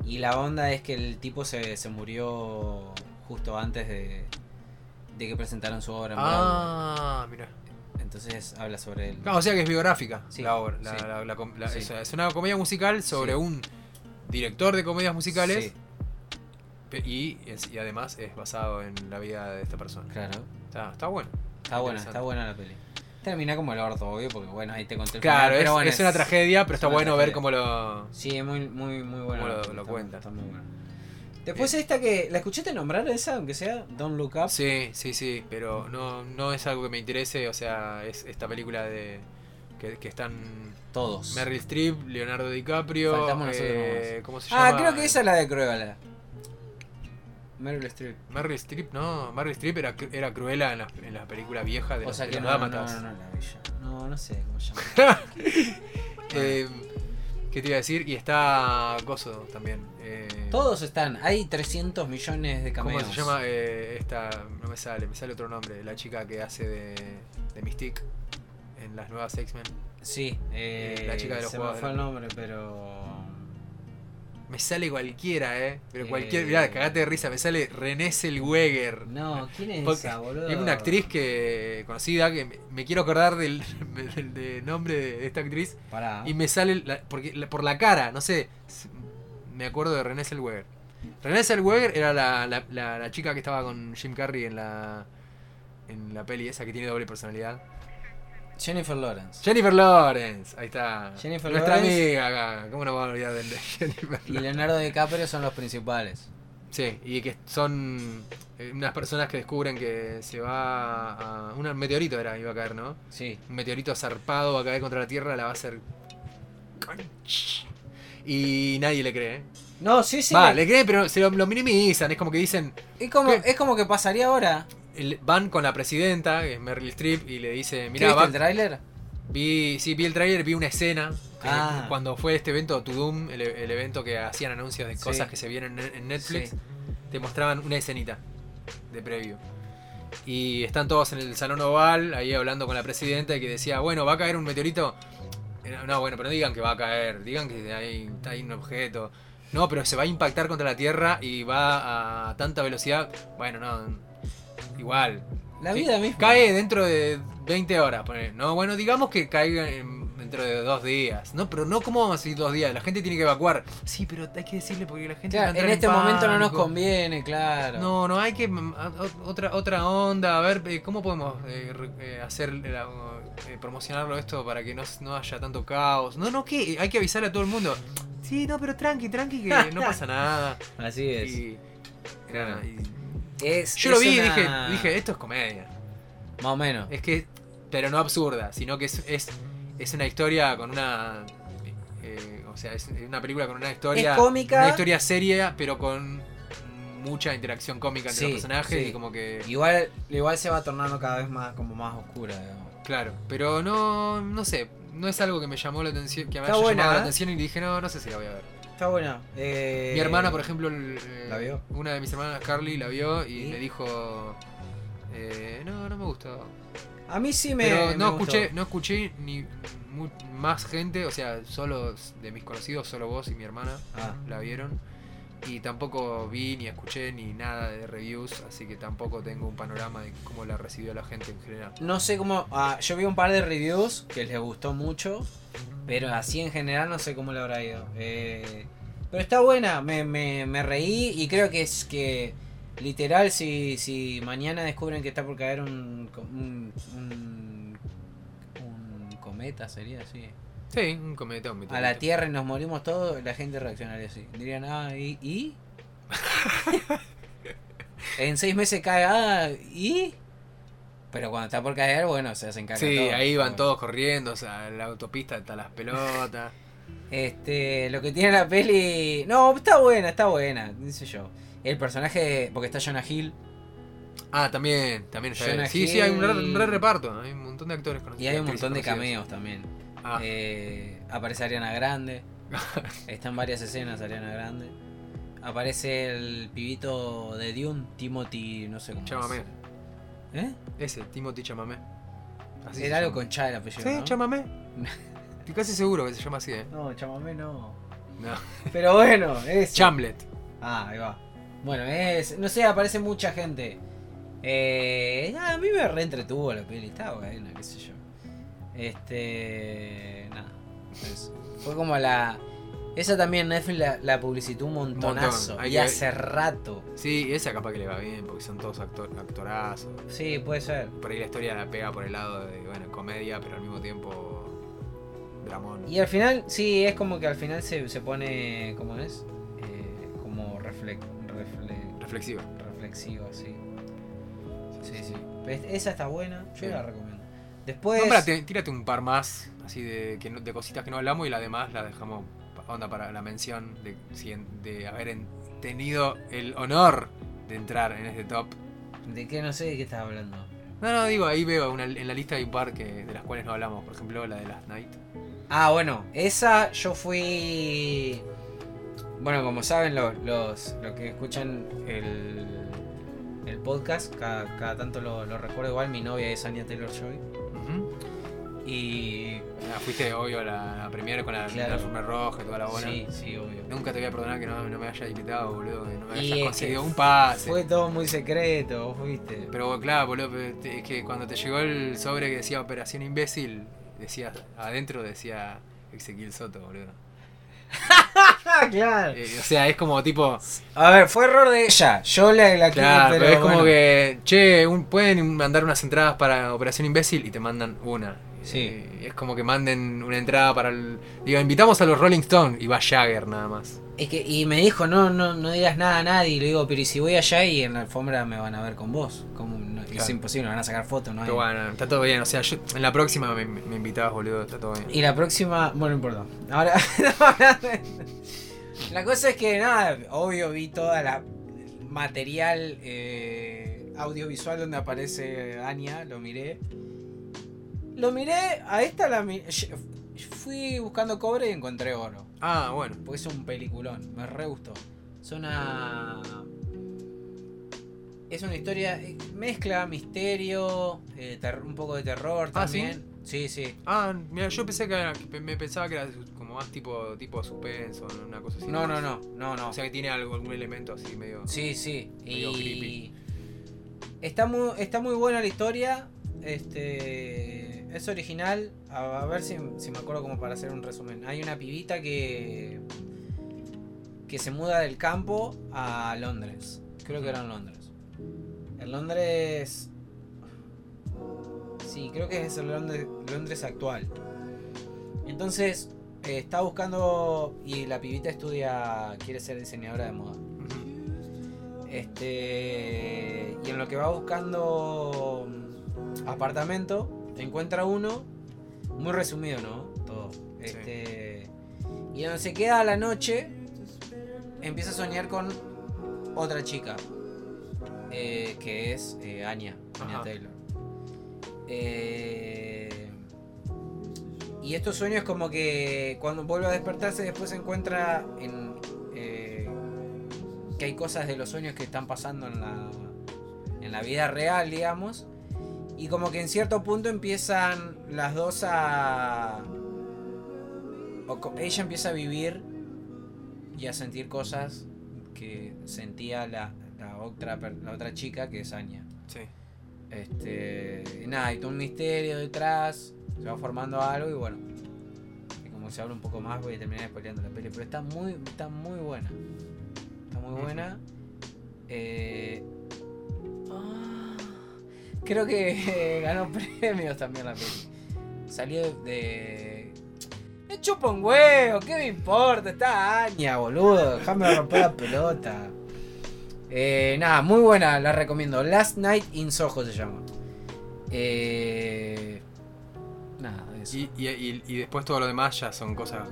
Speaker 2: Y la onda es que el tipo se, se murió justo antes de, de que presentaran su obra. en Broadway.
Speaker 1: Ah, mira.
Speaker 2: Entonces habla sobre él.
Speaker 1: Ah, o sea que es biográfica
Speaker 2: Sí,
Speaker 1: la obra. la-
Speaker 2: sí.
Speaker 1: la- la com- la-
Speaker 2: Sí.
Speaker 1: Es es una comedia musical sobre
Speaker 2: Sí.
Speaker 1: un director de comedias musicales.
Speaker 2: Sí,
Speaker 1: Pe- Y, es- y además es basado en la vida de esta persona.
Speaker 2: claro.
Speaker 1: Está, está bueno.
Speaker 2: Está buena,
Speaker 1: Interesante.
Speaker 2: está buena la peli. Termina como el orto, obvio, porque bueno, ahí te conté el final,
Speaker 1: Claro, es,
Speaker 2: pero bueno,
Speaker 1: es una tragedia, pero
Speaker 2: es
Speaker 1: está
Speaker 2: una
Speaker 1: bueno ver
Speaker 2: tragedia.
Speaker 1: cómo lo.
Speaker 2: Sí, es muy, muy, muy buena.
Speaker 1: Como
Speaker 2: la
Speaker 1: lo-
Speaker 2: peli,
Speaker 1: lo
Speaker 2: está-
Speaker 1: cuenta. Eh,
Speaker 2: Está muy buena. Después esta que. ¿La escuchaste nombrar esa, aunque sea? Don't Look Up.
Speaker 1: Sí, sí, sí, pero no, no es algo que me interese. O sea, es esta película de que, que están
Speaker 2: Todos.
Speaker 1: Meryl Streep, Leonardo DiCaprio.
Speaker 2: Faltamos nosotros
Speaker 1: eh, ¿Cómo se llama?
Speaker 2: ah, creo que esa es la de Cruella. Meryl Streep.
Speaker 1: Meryl Streep, no. Meryl Streep era, cru- era cruela en la, en la película vieja de
Speaker 2: O
Speaker 1: los,
Speaker 2: sea
Speaker 1: de
Speaker 2: que
Speaker 1: los
Speaker 2: no, no, no,
Speaker 1: dálmatas.
Speaker 2: no, la bella. No, no sé cómo se llama.
Speaker 1: Eh, ¿Qué te iba a decir? Y está Gozo también. eh,
Speaker 2: Todos están. Hay 300 millones de
Speaker 1: ¿Cómo
Speaker 2: cameos.
Speaker 1: se llama eh, esta? No me sale, me sale otro nombre. La chica que hace de, de Mystique en las nuevas X-Men.
Speaker 2: Sí. eh,
Speaker 1: La chica de los
Speaker 2: se
Speaker 1: juegos
Speaker 2: me fue
Speaker 1: de-
Speaker 2: el nombre, pero...
Speaker 1: Me sale cualquiera, ¿eh? Pero cualquier.
Speaker 2: Eh.
Speaker 1: Mirá, cagate de risa, me sale René Selweger.
Speaker 2: No, ¿quién es
Speaker 1: Porque
Speaker 2: esa, boludo?
Speaker 1: Es una actriz que conocida que me, me quiero acordar del, [laughs] del- del nombre de esta actriz
Speaker 2: Pará.
Speaker 1: y me sale la- porque, la- por la cara, no sé. s- Me acuerdo de René Selweger. René Selweger era la, la- la- la chica que estaba con Jim Carrey en la, en la peli esa que tiene doble personalidad.
Speaker 2: Jennifer Lawrence.
Speaker 1: Jennifer Lawrence, ahí está.
Speaker 2: Jennifer
Speaker 1: Nuestra
Speaker 2: Lawrence.
Speaker 1: amiga acá. ¿Cómo nos vamos a olvidar de [laughs] de Jennifer?
Speaker 2: Y Leonardo DiCaprio son los principales.
Speaker 1: Sí, y que son eh, unas personas que descubren que se va a. Un meteorito era, iba a caer, ¿no?
Speaker 2: Sí.
Speaker 1: Un meteorito zarpado va a caer contra la Tierra, la va a hacer. Y nadie le cree. ¿eh?
Speaker 2: No, sí, sí.
Speaker 1: va,
Speaker 2: le-
Speaker 1: le cree, pero se lo, lo minimizan. Es como que dicen.
Speaker 2: Es, como,
Speaker 1: ¿Qué?
Speaker 2: es como que pasaría ahora.
Speaker 1: el- Van con la presidenta, que es Meryl Streep, y le dice:
Speaker 2: ¿Qué
Speaker 1: Mira,
Speaker 2: ¿Viste el tráiler?
Speaker 1: Vi, sí, vi el trailer, vi una escena. que
Speaker 2: Ah.
Speaker 1: Cuando fue este evento To Doom, el, e-, el evento que hacían anuncios de
Speaker 2: Sí.
Speaker 1: cosas que se vieron en, en Netflix,
Speaker 2: Sí.
Speaker 1: te mostraban una escenita de previo. Y están todos en el salón oval, ahí hablando con la presidenta, y que decía, bueno, va a caer un meteorito. Eh, No, bueno, pero no digan que va a caer, digan que hay, hay un objeto. No, pero se va a impactar contra la Tierra y va a tanta velocidad. Bueno, no. Igual.
Speaker 2: La
Speaker 1: Sí,
Speaker 2: vida misma.
Speaker 1: Cae dentro de 20 horas. ponele. No, bueno, digamos que caiga en- dentro de dos días. No, pero no, ¿cómo vamos a decir dos días? La gente tiene que evacuar. Sí, pero hay que decirle porque la gente. va a
Speaker 2: Claro,
Speaker 1: entrar
Speaker 2: en este momento no nos
Speaker 1: pánico.
Speaker 2: conviene, claro.
Speaker 1: No, no hay que mm, a- o- otra otra onda, a ver eh, cómo podemos eh, re- eh, hacer la- eh, promocionarlo esto para que no, s- no haya tanto caos. No, no, que hay que avisarle a todo el mundo. Sí, no, pero tranqui, tranqui que no pasa
Speaker 2: [laughs]
Speaker 1: nada.
Speaker 2: Así es.
Speaker 1: Y-
Speaker 2: Claro.
Speaker 1: y-
Speaker 2: Es-
Speaker 1: yo lo
Speaker 2: es
Speaker 1: vi
Speaker 2: una-
Speaker 1: y dije, dije, esto es comedia.
Speaker 2: Más o menos.
Speaker 1: Es que pero no absurda, sino que es es, es una historia con una eh, o sea, es una película con una historia
Speaker 2: Es cómica.
Speaker 1: una historia seria, pero con mucha interacción cómica entre
Speaker 2: Sí,
Speaker 1: los personajes
Speaker 2: sí.
Speaker 1: y como que
Speaker 2: Igual, igual se va tornando cada vez más como más oscura. digamos.
Speaker 1: Claro, pero no, no sé, no es algo que me llamó la atención, que me
Speaker 2: Está
Speaker 1: haya
Speaker 2: buena,
Speaker 1: llamado
Speaker 2: ¿eh?
Speaker 1: la atención y dije, no, no sé si la voy a ver.
Speaker 2: Está buena. Eh,
Speaker 1: Mi hermana, por ejemplo, el- eh,
Speaker 2: ¿la vio?
Speaker 1: una de mis hermanas, Carly, la vio y
Speaker 2: ¿Y?
Speaker 1: le dijo, eh, no, no me gustó.
Speaker 2: A mí sí me.
Speaker 1: pero
Speaker 2: me
Speaker 1: no
Speaker 2: gustó.
Speaker 1: escuché, no escuché ni mu- más gente, o sea, solo de mis conocidos, solo vos y mi hermana
Speaker 2: Ah.
Speaker 1: la vieron. Y tampoco vi, ni escuché, ni nada de reviews, así que tampoco tengo un panorama de cómo la recibió la gente en general.
Speaker 2: No sé cómo. ah, yo vi un par de reviews que les gustó mucho. Pero así en general no sé cómo le habrá ido. Eh, pero está buena, me, me, me reí y creo que es que. Literal, si, si mañana descubren que está por caer un. co- un, un, un cometa, sería así.
Speaker 1: Sí, un cometa, un
Speaker 2: A la
Speaker 1: meteorito.
Speaker 2: Tierra y nos morimos todos, la gente reaccionaría así. Dirían, ah, ¿y? y?
Speaker 1: [laughs]
Speaker 2: en seis meses cae, ah, ¿y? Pero cuando está por caer, bueno, se hacen cagar
Speaker 1: Sí,
Speaker 2: todos.
Speaker 1: ahí van todos corriendo, o sea, en la autopista hasta las
Speaker 2: [laughs]
Speaker 1: pelotas.
Speaker 2: Este, lo que tiene la peli... No, está buena, está buena, dice yo. El personaje, porque está Jonah Hill,
Speaker 1: Ah, también, también está
Speaker 2: Jonah
Speaker 1: él. Sí, sí, hay un re,
Speaker 2: Hill.
Speaker 1: un re reparto, hay un montón de actores conocidos.
Speaker 2: y hay un
Speaker 1: actrices
Speaker 2: montón de
Speaker 1: conocidas.
Speaker 2: cameos también.
Speaker 1: Ah,
Speaker 2: Eh, aparece
Speaker 1: [laughs]
Speaker 2: Ariana Grande. Está en varias escenas Ariana Grande. Aparece el pibito de Dune, Timothy, no sé cómo. es.
Speaker 1: Chamamé.
Speaker 2: ¿Eh?
Speaker 1: Ese, Timothy Chamamé. Así se
Speaker 2: Era algo
Speaker 1: llama.
Speaker 2: con Cha el apellido.
Speaker 1: Sí,
Speaker 2: ¿no?
Speaker 1: Chamamé. [laughs] Estoy casi seguro que se llama así, ¿eh?
Speaker 2: No, chamamé [laughs] no.
Speaker 1: No.
Speaker 2: Pero bueno, es.
Speaker 1: Chamlet.
Speaker 2: ah, ahí va. Bueno, es. No sé, aparece mucha gente. Eh, nada, a mí me reentretuvo la peli, está buena, qué sé yo. Este. Nada. eso. Fue como la. Esa también Netflix la, la publicitó un montonazo.
Speaker 1: Montón, hay
Speaker 2: Y
Speaker 1: que-
Speaker 2: hace rato.
Speaker 1: Sí, esa capaz que le va bien, porque son todos actor, actorazos.
Speaker 2: Sí, puede ser.
Speaker 1: Por ahí la historia la pega por el lado de, bueno, comedia, pero al mismo tiempo. Dramón.
Speaker 2: Y al final, sí, es como que al final se, se pone. ¿Cómo es? Eh, como reflex, refle-
Speaker 1: Reflexiva.
Speaker 2: reflexivo, sí. Sí, sí. Es- Esa está buena, yo
Speaker 1: Sí.
Speaker 2: la recomiendo. Después.
Speaker 1: Nómbrate, tírate un par más, así de, que no- de cositas que no hablamos y las demás las dejamos pa- onda para la mención de, si en- de haber en- tenido el honor de entrar en este top.
Speaker 2: ¿De qué no sé de qué estás hablando?
Speaker 1: No, no, digo, ahí veo una- en la lista hay un par que, de las cuales no hablamos, por ejemplo la de Last Night.
Speaker 2: Ah, bueno, esa yo fui. Bueno, como saben, lo- los, los que escuchan el, el podcast, cada, cada tanto lo, lo recuerdo igual. Mi novia es Anya Taylor Joy.
Speaker 1: Ujú.
Speaker 2: Y.
Speaker 1: Ah, fuiste, obvio, a la, a premiere con la
Speaker 2: Claro.
Speaker 1: la alfombra roja y toda la bola.
Speaker 2: Sí, sí, obvio.
Speaker 1: Nunca te voy a perdonar que no, no me hayas invitado, boludo, que no me
Speaker 2: Y
Speaker 1: hayas
Speaker 2: es
Speaker 1: conseguido
Speaker 2: que
Speaker 1: un pase.
Speaker 2: Ah, Fue todo muy secreto, vos fuiste.
Speaker 1: Pero claro, boludo, pero te- es que cuando te llegó el sobre que decía Operación Imbécil, decía, adentro decía Ezequiel Soto, boludo.
Speaker 2: Ah, claro.
Speaker 1: Eh, o sea, es como
Speaker 2: [laughs]
Speaker 1: tipo.
Speaker 2: A ver, fue error de ella. Yo le la
Speaker 1: Claro,
Speaker 2: quité,
Speaker 1: pero es como
Speaker 2: bueno.
Speaker 1: que. Che, un- pueden mandar unas entradas para Operación Imbécil y te mandan una.
Speaker 2: Sí.
Speaker 1: Eh, es como que manden una entrada para el. Digo, invitamos a los Rolling Stones y va Jagger nada más.
Speaker 2: Es que, y me dijo, no, no, no digas nada a nadie. Y le digo, pero ¿y si voy allá y en la alfombra me van a ver con vos? ¿Cómo? No, Es
Speaker 1: Claro.
Speaker 2: imposible, van a sacar fotos, ¿no? hay-
Speaker 1: Pero bueno, está todo bien. O sea, yo- en la próxima me, me invitabas, boludo, está todo bien.
Speaker 2: Y la próxima, bueno, no importa. Ahora, [laughs] hablando de- la cosa es que nada, obvio vi toda la material eh, audiovisual donde aparece Anya, lo miré. Lo miré, a esta la mi- fui buscando cobre y encontré oro.
Speaker 1: Ah, bueno.
Speaker 2: Porque es un peliculón, me re gustó. Es una. Es una historia. eh, Mezcla misterio, eh, ter- un poco de terror
Speaker 1: Ah, ¿sí?
Speaker 2: también. Sí, sí.
Speaker 1: Ah, mira, yo pensé que, era- que me pensaba que era su- como más tipo tipo suspenso, una cosa así.
Speaker 2: No, no, no, no, no.
Speaker 1: O sea que tiene algo, algún elemento así medio.
Speaker 2: Sí, sí.
Speaker 1: Medio
Speaker 2: Y
Speaker 1: creepy.
Speaker 2: está muy, está muy buena la historia. Este es original. A, a ver si, si me acuerdo como para hacer un resumen. Hay una pibita que que se muda del campo a Londres. Creo que era en Londres. En Londres. Sí, creo que es el Londres, Londres actual. Entonces, eh, está buscando. Y la pibita estudia. Quiere ser diseñadora de moda.
Speaker 1: Ujú.
Speaker 2: Este. Y en lo que va buscando mm, apartamento, encuentra uno. Muy resumido, ¿no? Todo. Este. Y donde se queda a la noche, empieza a soñar con otra chica. eh, que es eh, Anya, Anya
Speaker 1: Ajá.
Speaker 2: Taylor. Eh, y estos sueños como que cuando vuelve a despertarse después se encuentra en, eh, que hay cosas de los sueños que están pasando en la, en la vida real, digamos. Y como que en cierto punto empiezan las dos a... o co- ella empieza a vivir y a sentir cosas que sentía la, la otra, per- la otra chica que es Anya.
Speaker 1: Sí.
Speaker 2: Este, y nada, hay todo un misterio detrás, se va formando algo y bueno. Y como se habla un poco más voy a terminar spoileando la peli, pero está muy, está muy buena. Está muy
Speaker 1: Ujú.
Speaker 2: buena. Eh, ah, creo que [laughs] ganó premios también la peli. Salió de... Me chupa un huevo, ¿qué me importa? Está Aña, boludo. Déjame romper la pelota. Eh, nada, muy buena, la recomiendo. Last Night in Soho se llama. Eh, nada, eso.
Speaker 1: Y, y, y, y después todo lo demás ya son cosas.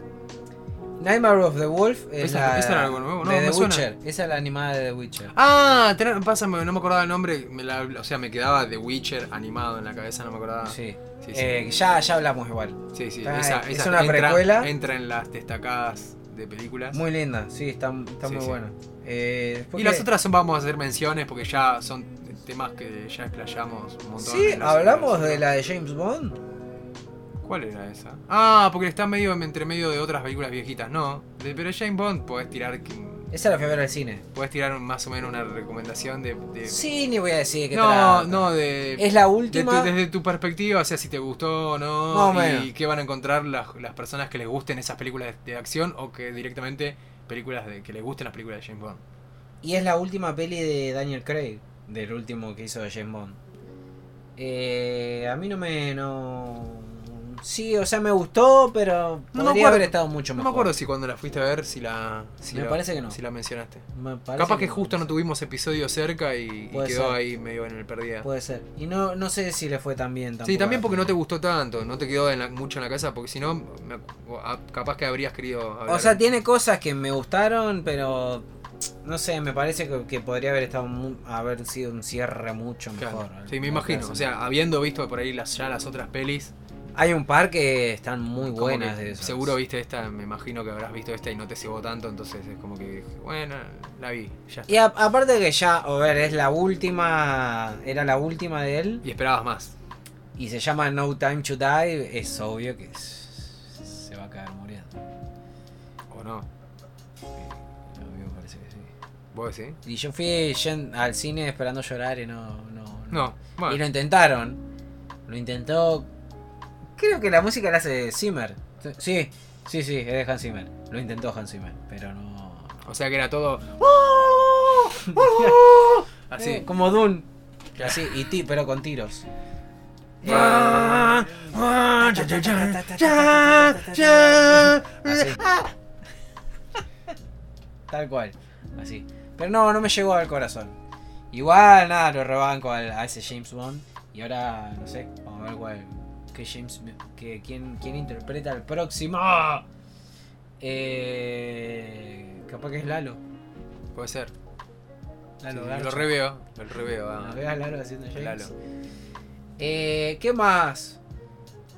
Speaker 2: Nightmare of the Wolf es
Speaker 1: Esa-
Speaker 2: la,
Speaker 1: esa era algo nuevo, ¿no?
Speaker 2: de The
Speaker 1: Me suena.
Speaker 2: Witcher. Esa es la animada de The Witcher.
Speaker 1: Ah, tenés- pásame, no me acordaba el nombre. me la- o sea, me quedaba The Witcher animado en la cabeza, no me acordaba.
Speaker 2: sí.
Speaker 1: Ah, sí. sí.
Speaker 2: Eh, ya, ya hablamos igual.
Speaker 1: Sí, sí,
Speaker 2: Está-
Speaker 1: esa,
Speaker 2: es
Speaker 1: esa
Speaker 2: una
Speaker 1: entra,
Speaker 2: precuela.
Speaker 1: Entra en las destacadas de películas.
Speaker 2: Muy linda, sí, está, está
Speaker 1: Sí,
Speaker 2: muy
Speaker 1: sí.
Speaker 2: buena. Eh, después
Speaker 1: y
Speaker 2: que-
Speaker 1: las otras son- vamos a hacer menciones porque ya son temas que ya explayamos un montón.
Speaker 2: Sí,
Speaker 1: en los-
Speaker 2: hablamos
Speaker 1: en los-
Speaker 2: de la de James Bond.
Speaker 1: ¿Cuál era esa? Ah, porque está medio entre medio de otras películas viejitas, no. De, pero Jane Bond podés tirar que-
Speaker 2: Esa la fui a ver al cine.
Speaker 1: podés tirar un- más o menos una recomendación de. de-
Speaker 2: Sí, ni voy a decir que
Speaker 1: no,
Speaker 2: trata.
Speaker 1: no, de.
Speaker 2: Es la
Speaker 1: de tu-
Speaker 2: última.
Speaker 1: desde tu perspectiva, o sea, si te gustó o
Speaker 2: Más
Speaker 1: no,
Speaker 2: o menos.
Speaker 1: y qué van a encontrar las, las personas que les gusten esas películas de, de acción o que directamente películas de que les gusten las películas de James Bond.
Speaker 2: Y es la última peli de Daniel Craig, del último que hizo de James Bond. Eh, a mí no me. No... Sí, o sea, me gustó, pero
Speaker 1: No me
Speaker 2: podría
Speaker 1: acuerdo.
Speaker 2: haber estado mucho
Speaker 1: No
Speaker 2: mejor.
Speaker 1: me acuerdo si cuando la fuiste a ver, si la, si
Speaker 2: Me
Speaker 1: la-
Speaker 2: parece que no.
Speaker 1: si la mencionaste.
Speaker 2: Me parece
Speaker 1: Capaz que justo no tuvimos episodio cerca y, y
Speaker 2: Puede
Speaker 1: quedó
Speaker 2: ser.
Speaker 1: ahí medio en el perdida.
Speaker 2: Puede ser. Y no, no sé si le fue tan bien tampoco.
Speaker 1: Sí, también porque no te gustó tanto, no te quedó en la- mucho en la casa, porque si no, me acu- a- capaz que habrías querido hablar.
Speaker 2: O sea, tiene cosas que me gustaron, pero. No sé, me parece que, que podría haber estado mu- haber sido un cierre mucho
Speaker 1: Claro.
Speaker 2: mejor.
Speaker 1: Sí, me imagino. O sea, habiendo visto por ahí las, ya las otras pelis,
Speaker 2: hay un par que están muy
Speaker 1: como
Speaker 2: buenas
Speaker 1: que
Speaker 2: de esas.
Speaker 1: seguro viste esta, me imagino que habrás visto esta y no te cebó tanto, entonces es como que dije, bueno, la vi, ya está.
Speaker 2: Y a- aparte de que ya, a ver, es la última, era la última de él
Speaker 1: Y esperabas más.
Speaker 2: y se llama No Time to Die, es obvio que s- se va a caer muriendo.
Speaker 1: ¿O no?
Speaker 2: Obvio, parece que sí.
Speaker 1: ¿Vos decís?
Speaker 2: Y yo fui yen- al cine esperando llorar y no... no, no.
Speaker 1: No. Bueno.
Speaker 2: Y lo intentaron. Lo intentó... Creo que la música la hace Zimmer. Sí, sí, sí, es de Hans Zimmer. Lo intentó Hans Zimmer, pero no...
Speaker 1: O sea que era
Speaker 2: [laughs]
Speaker 1: todo. ¡Oh!
Speaker 2: Eh,
Speaker 1: Así.
Speaker 2: como Dune. Así, y ti, pero con tiros. Así. [laughs] Tal cual. Así. Pero no, no me llegó al corazón. Igual, nada, lo rebanco al- a ese James Bond. Y ahora, no sé, vamos a ver cuál. qué James, qué- quién, quién interpreta al próximo? Eh, capaz que es Lalo.
Speaker 1: Puede ser.
Speaker 2: Lalo
Speaker 1: Sí,
Speaker 2: Garza.
Speaker 1: lo reveo. Lo reveo.
Speaker 2: Ah,
Speaker 1: ah.
Speaker 2: veo a Lalo haciendo James.
Speaker 1: Lalo.
Speaker 2: Eh, ¿Qué más?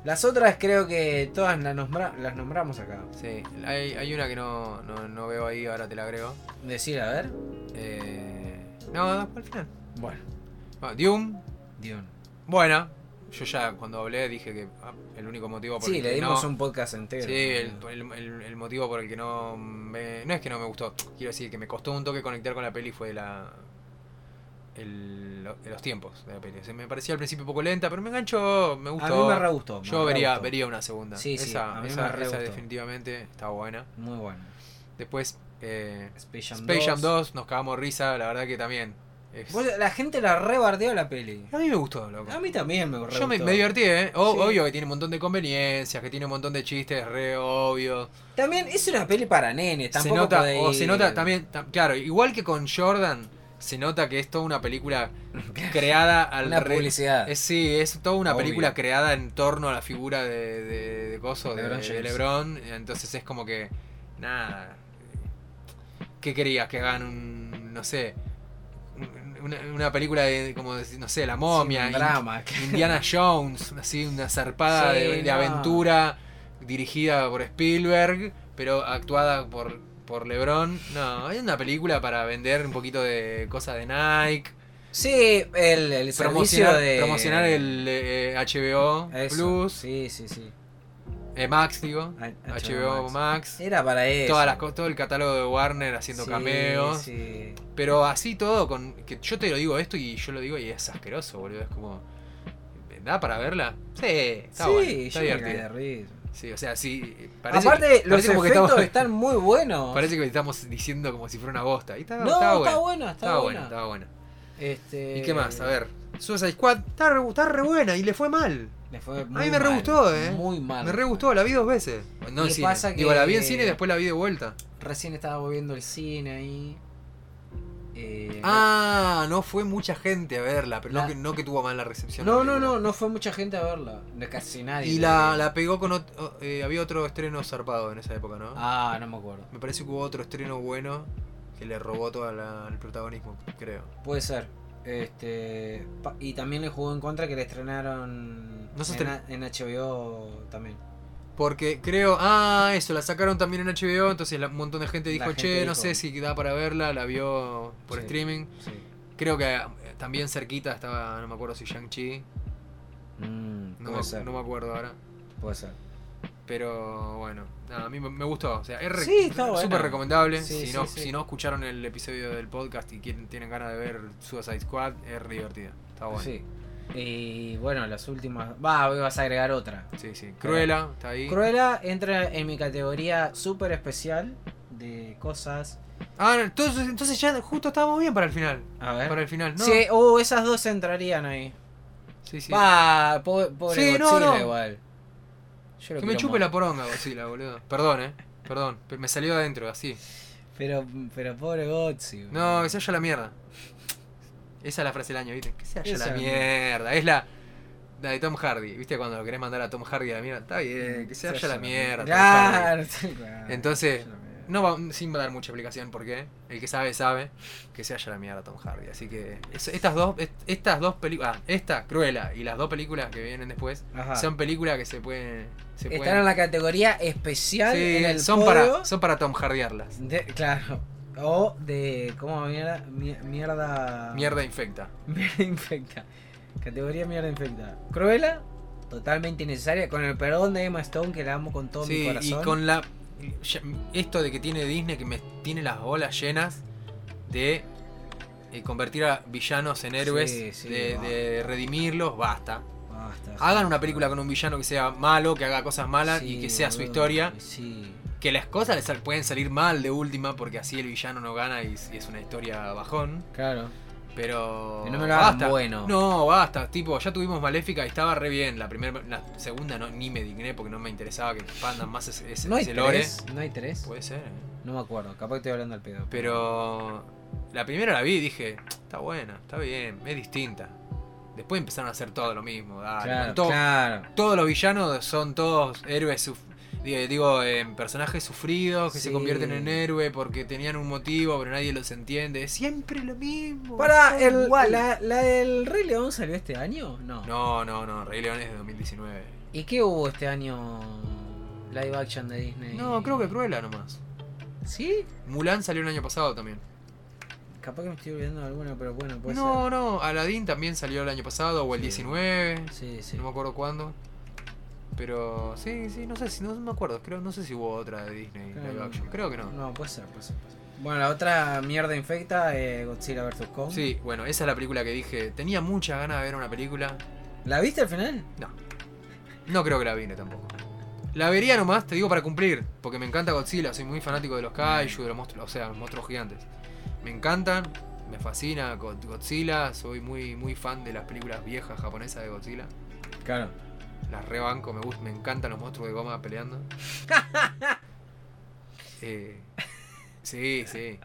Speaker 2: Las otras creo que todas las, nombra- las nombramos acá.
Speaker 1: Sí. Hay, hay una que no, no, no veo ahí, ahora te la agrego.
Speaker 2: Decir, a ver.
Speaker 1: Eh, no, no, al final.
Speaker 2: Bueno,
Speaker 1: Ah, Dune.
Speaker 2: Dion.
Speaker 1: Buena. Yo ya cuando hablé dije que ah, el único motivo por
Speaker 2: Sí,
Speaker 1: el
Speaker 2: le
Speaker 1: que
Speaker 2: dimos
Speaker 1: no,
Speaker 2: un podcast entero.
Speaker 1: Sí, el, el- el- el motivo por el que no me, No es que no me gustó. Quiero decir que me costó un toque conectar con la peli fue la. El, lo- los tiempos de la peli. O sea, me parecía al principio un poco lenta, pero me enganchó, me
Speaker 2: a
Speaker 1: gustó.
Speaker 2: mí me re gustó. me
Speaker 1: Yo
Speaker 2: re
Speaker 1: vería,
Speaker 2: gustó.
Speaker 1: vería una segunda.
Speaker 2: Sí, sí,
Speaker 1: esa
Speaker 2: a mí me
Speaker 1: esa-
Speaker 2: re
Speaker 1: esa
Speaker 2: gustó.
Speaker 1: definitivamente está buena.
Speaker 2: Muy bueno.
Speaker 1: Después, eh,
Speaker 2: Space Jam,
Speaker 1: Space
Speaker 2: 2.
Speaker 1: Jam 2, nos cagamos risa, la verdad que también. Es-
Speaker 2: Vos- la gente la rebardeó la peli.
Speaker 1: A mí me gustó, loco.
Speaker 2: A mí también me re
Speaker 1: Yo me,
Speaker 2: gustó.
Speaker 1: me divertí, ¿eh? O-
Speaker 2: Sí.
Speaker 1: Obvio que tiene un montón de conveniencias, que tiene un montón de chistes re obvios.
Speaker 2: También es una peli para nenes.
Speaker 1: se
Speaker 2: Tampoco
Speaker 1: nota,
Speaker 2: podés
Speaker 1: o se
Speaker 2: ir-
Speaker 1: nota también, tam- claro, igual que con Jordan, se nota que es toda una
Speaker 2: [laughs]
Speaker 1: película creada al
Speaker 2: Una
Speaker 1: re-
Speaker 2: publicidad.
Speaker 1: es- sí, es toda una
Speaker 2: Obvio.
Speaker 1: película creada en torno a la figura de, de, de Coso, de,
Speaker 2: LeBron
Speaker 1: de
Speaker 2: James.
Speaker 1: LeBron. Entonces es como que, nada. ¿Qué querías? Que hagan un, no sé, un- una, una película de, como, de- no sé, La momia, [laughs]
Speaker 2: un
Speaker 1: In-
Speaker 2: drama. que- [laughs]
Speaker 1: Indiana Jones, así una zarpada
Speaker 2: Sí,
Speaker 1: de, de
Speaker 2: no.
Speaker 1: aventura dirigida por Spielberg, pero actuada por, por LeBron. No, es una película para vender un poquito de cosas de Nike,
Speaker 2: Sí, el, el servicio
Speaker 1: promocionar,
Speaker 2: de.
Speaker 1: promocionar el eh, HBO
Speaker 2: Eso,
Speaker 1: Plus,
Speaker 2: Sí, sí, sí.
Speaker 1: eh, Max digo,
Speaker 2: Ah,
Speaker 1: HBO Max,
Speaker 2: Era para eso.
Speaker 1: todas las, co- todo el catálogo de Warner haciendo
Speaker 2: Sí,
Speaker 1: cameos,
Speaker 2: sí.
Speaker 1: pero así todo con que yo te lo digo esto y yo lo digo y es asqueroso, boludo, es como ¿Da para verla? Sí, está
Speaker 2: sí,
Speaker 1: bueno, está
Speaker 2: yo me caí
Speaker 1: divertido.
Speaker 2: de risa.
Speaker 1: Sí, o sea, sí. Parece,
Speaker 2: Aparte,
Speaker 1: parece
Speaker 2: los
Speaker 1: como
Speaker 2: efectos
Speaker 1: que estamos-
Speaker 2: están muy buenos.
Speaker 1: [laughs] Parece que estamos diciendo como si fuera una bosta. Y está,
Speaker 2: no,
Speaker 1: estaba
Speaker 2: está,
Speaker 1: buena.
Speaker 2: bueno, está,
Speaker 1: Estaba
Speaker 2: bueno.
Speaker 1: buena, estaba buena.
Speaker 2: Este...
Speaker 1: ¿Y qué más? A ver. Suicide Squad está re, está re buena y le fue mal.
Speaker 2: Le fue
Speaker 1: A mí
Speaker 2: muy
Speaker 1: me re
Speaker 2: mal,
Speaker 1: gustó, eh.
Speaker 2: Muy mal.
Speaker 1: Me re gustó, la vi dos veces. No en
Speaker 2: Ah, Y
Speaker 1: cine.
Speaker 2: pasa que-
Speaker 1: Digo, la vi en cine y después la vi de vuelta.
Speaker 2: Recién estaba volviendo el cine ahí. Eh,
Speaker 1: Ah, no fue mucha gente a verla, pero
Speaker 2: La-
Speaker 1: no, que, no que tuvo mala recepción.
Speaker 2: No,
Speaker 1: la
Speaker 2: no,
Speaker 1: película.
Speaker 2: no, no fue mucha gente a verla. No, Casi nadie.
Speaker 1: Y la, la pegó con. ot- o- eh, había otro estreno zarpado en esa época, ¿no?
Speaker 2: Ah, no me acuerdo.
Speaker 1: Me parece que hubo otro estreno bueno que le robó todo la- el protagonismo, creo.
Speaker 2: Puede ser. Este pa- y también le jugó en contra que le estrenaron
Speaker 1: No se
Speaker 2: en,
Speaker 1: estren-
Speaker 2: a- en HBO también.
Speaker 1: Porque creo, ah, eso, la sacaron también en HBO, entonces la- un montón de gente dijo,
Speaker 2: gente
Speaker 1: che, no
Speaker 2: dijo-
Speaker 1: sé si da para verla, la vio por
Speaker 2: Sí.
Speaker 1: streaming.
Speaker 2: Sí.
Speaker 1: Creo que eh, también cerquita estaba, no me acuerdo si Shang-Chi,
Speaker 2: Mm,
Speaker 1: no,
Speaker 2: puede
Speaker 1: me-
Speaker 2: ser.
Speaker 1: no me acuerdo ahora.
Speaker 2: Puede ser.
Speaker 1: Pero bueno, nada, a mí me- me gustó, o sea, es re-
Speaker 2: Sí,
Speaker 1: [laughs]
Speaker 2: está
Speaker 1: súper
Speaker 2: buena.
Speaker 1: recomendable.
Speaker 2: Sí,
Speaker 1: si,
Speaker 2: sí,
Speaker 1: no,
Speaker 2: sí.
Speaker 1: si no escucharon el episodio del podcast y quieren, tienen ganas de ver Suicide Squad, es re divertida, está bueno. Sí,
Speaker 2: Sí. Y bueno, las últimas. Va, hoy vas a agregar otra.
Speaker 1: sí, Cruella, está ahí.
Speaker 2: Cruella entra en mi categoría súper especial de cosas.
Speaker 1: Ah, entonces, entonces ya justo estábamos bien para el final.
Speaker 2: A ver.
Speaker 1: Para el final, ¿no?
Speaker 2: ¿Eh? Sí, oh, esas dos entrarían ahí.
Speaker 1: sí. sí.
Speaker 2: Va, po- pobre
Speaker 1: Sí, no,
Speaker 2: Godzilla
Speaker 1: no.
Speaker 2: igual. Yo lo
Speaker 1: Que me
Speaker 2: quiero
Speaker 1: chupe
Speaker 2: más.
Speaker 1: la poronga, Godzilla, boludo. Perdón, eh. Perdón, pero me salió de adentro, así.
Speaker 2: Pero, pero pobre Godzilla.
Speaker 1: No, que se haya la mierda. Esa es la frase del año, ¿viste? Que se haya
Speaker 2: Esa
Speaker 1: la
Speaker 2: es.
Speaker 1: mierda. Es la, la de Tom Hardy, ¿viste? Cuando lo querés mandar a Tom Hardy a la mierda. Está
Speaker 2: Mm,
Speaker 1: bien, que Mm, se haya la mierda. Tom Hardy.
Speaker 2: Claro, [laughs]
Speaker 1: Entonces,
Speaker 2: se haya la mierda.
Speaker 1: No va, sin dar mucha explicación por qué. El que sabe, sabe. Que se haya la mierda Tom Hardy. Así que es- estas dos est- estas dos películas. Ah, esta, Cruella, y las dos películas que vienen después.
Speaker 2: Ajá.
Speaker 1: Son películas que se pueden. Se
Speaker 2: Están
Speaker 1: pueden
Speaker 2: en la categoría especial
Speaker 1: Sí,
Speaker 2: en el
Speaker 1: son,
Speaker 2: podio
Speaker 1: para, son para Tom Hardyarlas.
Speaker 2: de- claro. O de. ¿Cómo mierda? Mi- Mierda.
Speaker 1: Mierda infecta.
Speaker 2: [laughs] Mierda infecta. Categoría mierda infecta. Cruella, totalmente innecesaria. Con el perdón de Emma Stone, que la amo con todo mi
Speaker 1: Sí, y
Speaker 2: corazón.
Speaker 1: con la. ya- Esto de que tiene Disney que me tiene las bolas llenas de eh, convertir a villanos en héroes,
Speaker 2: Sí, sí,
Speaker 1: de,
Speaker 2: basta.
Speaker 1: de redimirlos, basta.
Speaker 2: Basta.
Speaker 1: Hagan una película con un villano que sea malo, que haga cosas malas y
Speaker 2: Sí,
Speaker 1: que sea su
Speaker 2: boludo,
Speaker 1: historia.
Speaker 2: Sí.
Speaker 1: Que las cosas les sal- pueden salir mal de última porque así el villano no gana y, y es una historia bajón.
Speaker 2: Claro.
Speaker 1: Pero.
Speaker 2: Que no me lo hagan
Speaker 1: basta.
Speaker 2: bueno.
Speaker 1: No, basta. Tipo, ya tuvimos Maléfica y estaba re bien. La primera, la segunda no, ni me digné porque no me interesaba que expandan más ese, ese-
Speaker 2: No hay
Speaker 1: ese lore.
Speaker 2: tres. No hay tres.
Speaker 1: Puede ser. eh.
Speaker 2: No me acuerdo. Capaz que estoy hablando al pedo.
Speaker 1: Pero. La primera la vi y dije, está buena, está bien, es distinta. Después empezaron a hacer todo lo mismo. dale,
Speaker 2: Claro,
Speaker 1: con todo-
Speaker 2: claro.
Speaker 1: Todos los villanos son todos héroes. suf- di- Digo, en personajes sufridos que
Speaker 2: Sí.
Speaker 1: se convierten en héroe porque tenían un motivo, pero nadie los entiende. Es Siempre lo mismo.
Speaker 2: Para,
Speaker 1: todo
Speaker 2: el,
Speaker 1: igual.
Speaker 2: la, la del Rey León salió este año? No.
Speaker 1: No, no, no, Rey León es de 2019.
Speaker 2: ¿Y qué hubo este año live action de Disney?
Speaker 1: No, creo que Cruella nomás.
Speaker 2: ¿Sí?
Speaker 1: Mulan salió el año pasado también.
Speaker 2: Capaz que me estoy olvidando de alguna, pero bueno, puede
Speaker 1: no, no, Aladdin también salió el año pasado, o el
Speaker 2: Sí.
Speaker 1: 19,
Speaker 2: ser. Sí, sí.
Speaker 1: no me acuerdo cuándo. Pero sí, sí, no sé si no me acuerdo, creo, no sé si hubo otra de Disney
Speaker 2: Creo
Speaker 1: live
Speaker 2: no.
Speaker 1: action, creo que no.
Speaker 2: No, puede ser, puede ser, puede ser. Bueno, la otra mierda infecta, eh, Godzilla vs. Kong.
Speaker 1: Sí, bueno, esa es la película que dije. Tenía mucha ganas de ver una película.
Speaker 2: ¿La viste al final?
Speaker 1: No. No creo que la vine tampoco. La vería nomás, te digo para cumplir, porque me encanta Godzilla, soy muy fanático de los kaiju, de los monstruos, o sea, los monstruos gigantes. Me encantan, me fascina Go- Godzilla, soy muy muy fan de las películas viejas japonesas de Godzilla.
Speaker 2: Claro.
Speaker 1: Las rebanco, me gust- me encantan los monstruos de goma peleando. Eh, sí, sí.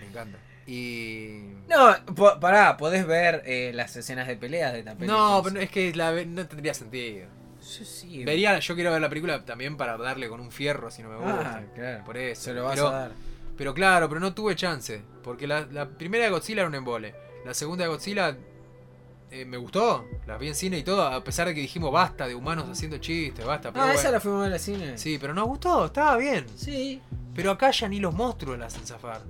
Speaker 1: Me encanta. Y
Speaker 2: No, po- pará, podés ver eh, las escenas de peleas de tampoco.
Speaker 1: No, pero es que la ve- no tendría sentido.
Speaker 2: Sí, sí.
Speaker 1: Vería, yo quiero ver la película también para darle con un fierro si no me gusta.
Speaker 2: Ah, claro.
Speaker 1: Por eso.
Speaker 2: Se lo vas
Speaker 1: pero,
Speaker 2: a dar.
Speaker 1: pero claro, pero no tuve chance. Porque la, la primera de Godzilla era un embole. La segunda de Godzilla eh, me gustó. La vi en cine y todo. A pesar de que dijimos basta de humanos haciendo chistes, basta.
Speaker 2: Ah,
Speaker 1: Pero
Speaker 2: esa
Speaker 1: bueno.
Speaker 2: la fuimos a ver al cine.
Speaker 1: Sí, pero nos gustó, estaba bien.
Speaker 2: Sí.
Speaker 1: Pero acá ya ni los monstruos la hacen zafar.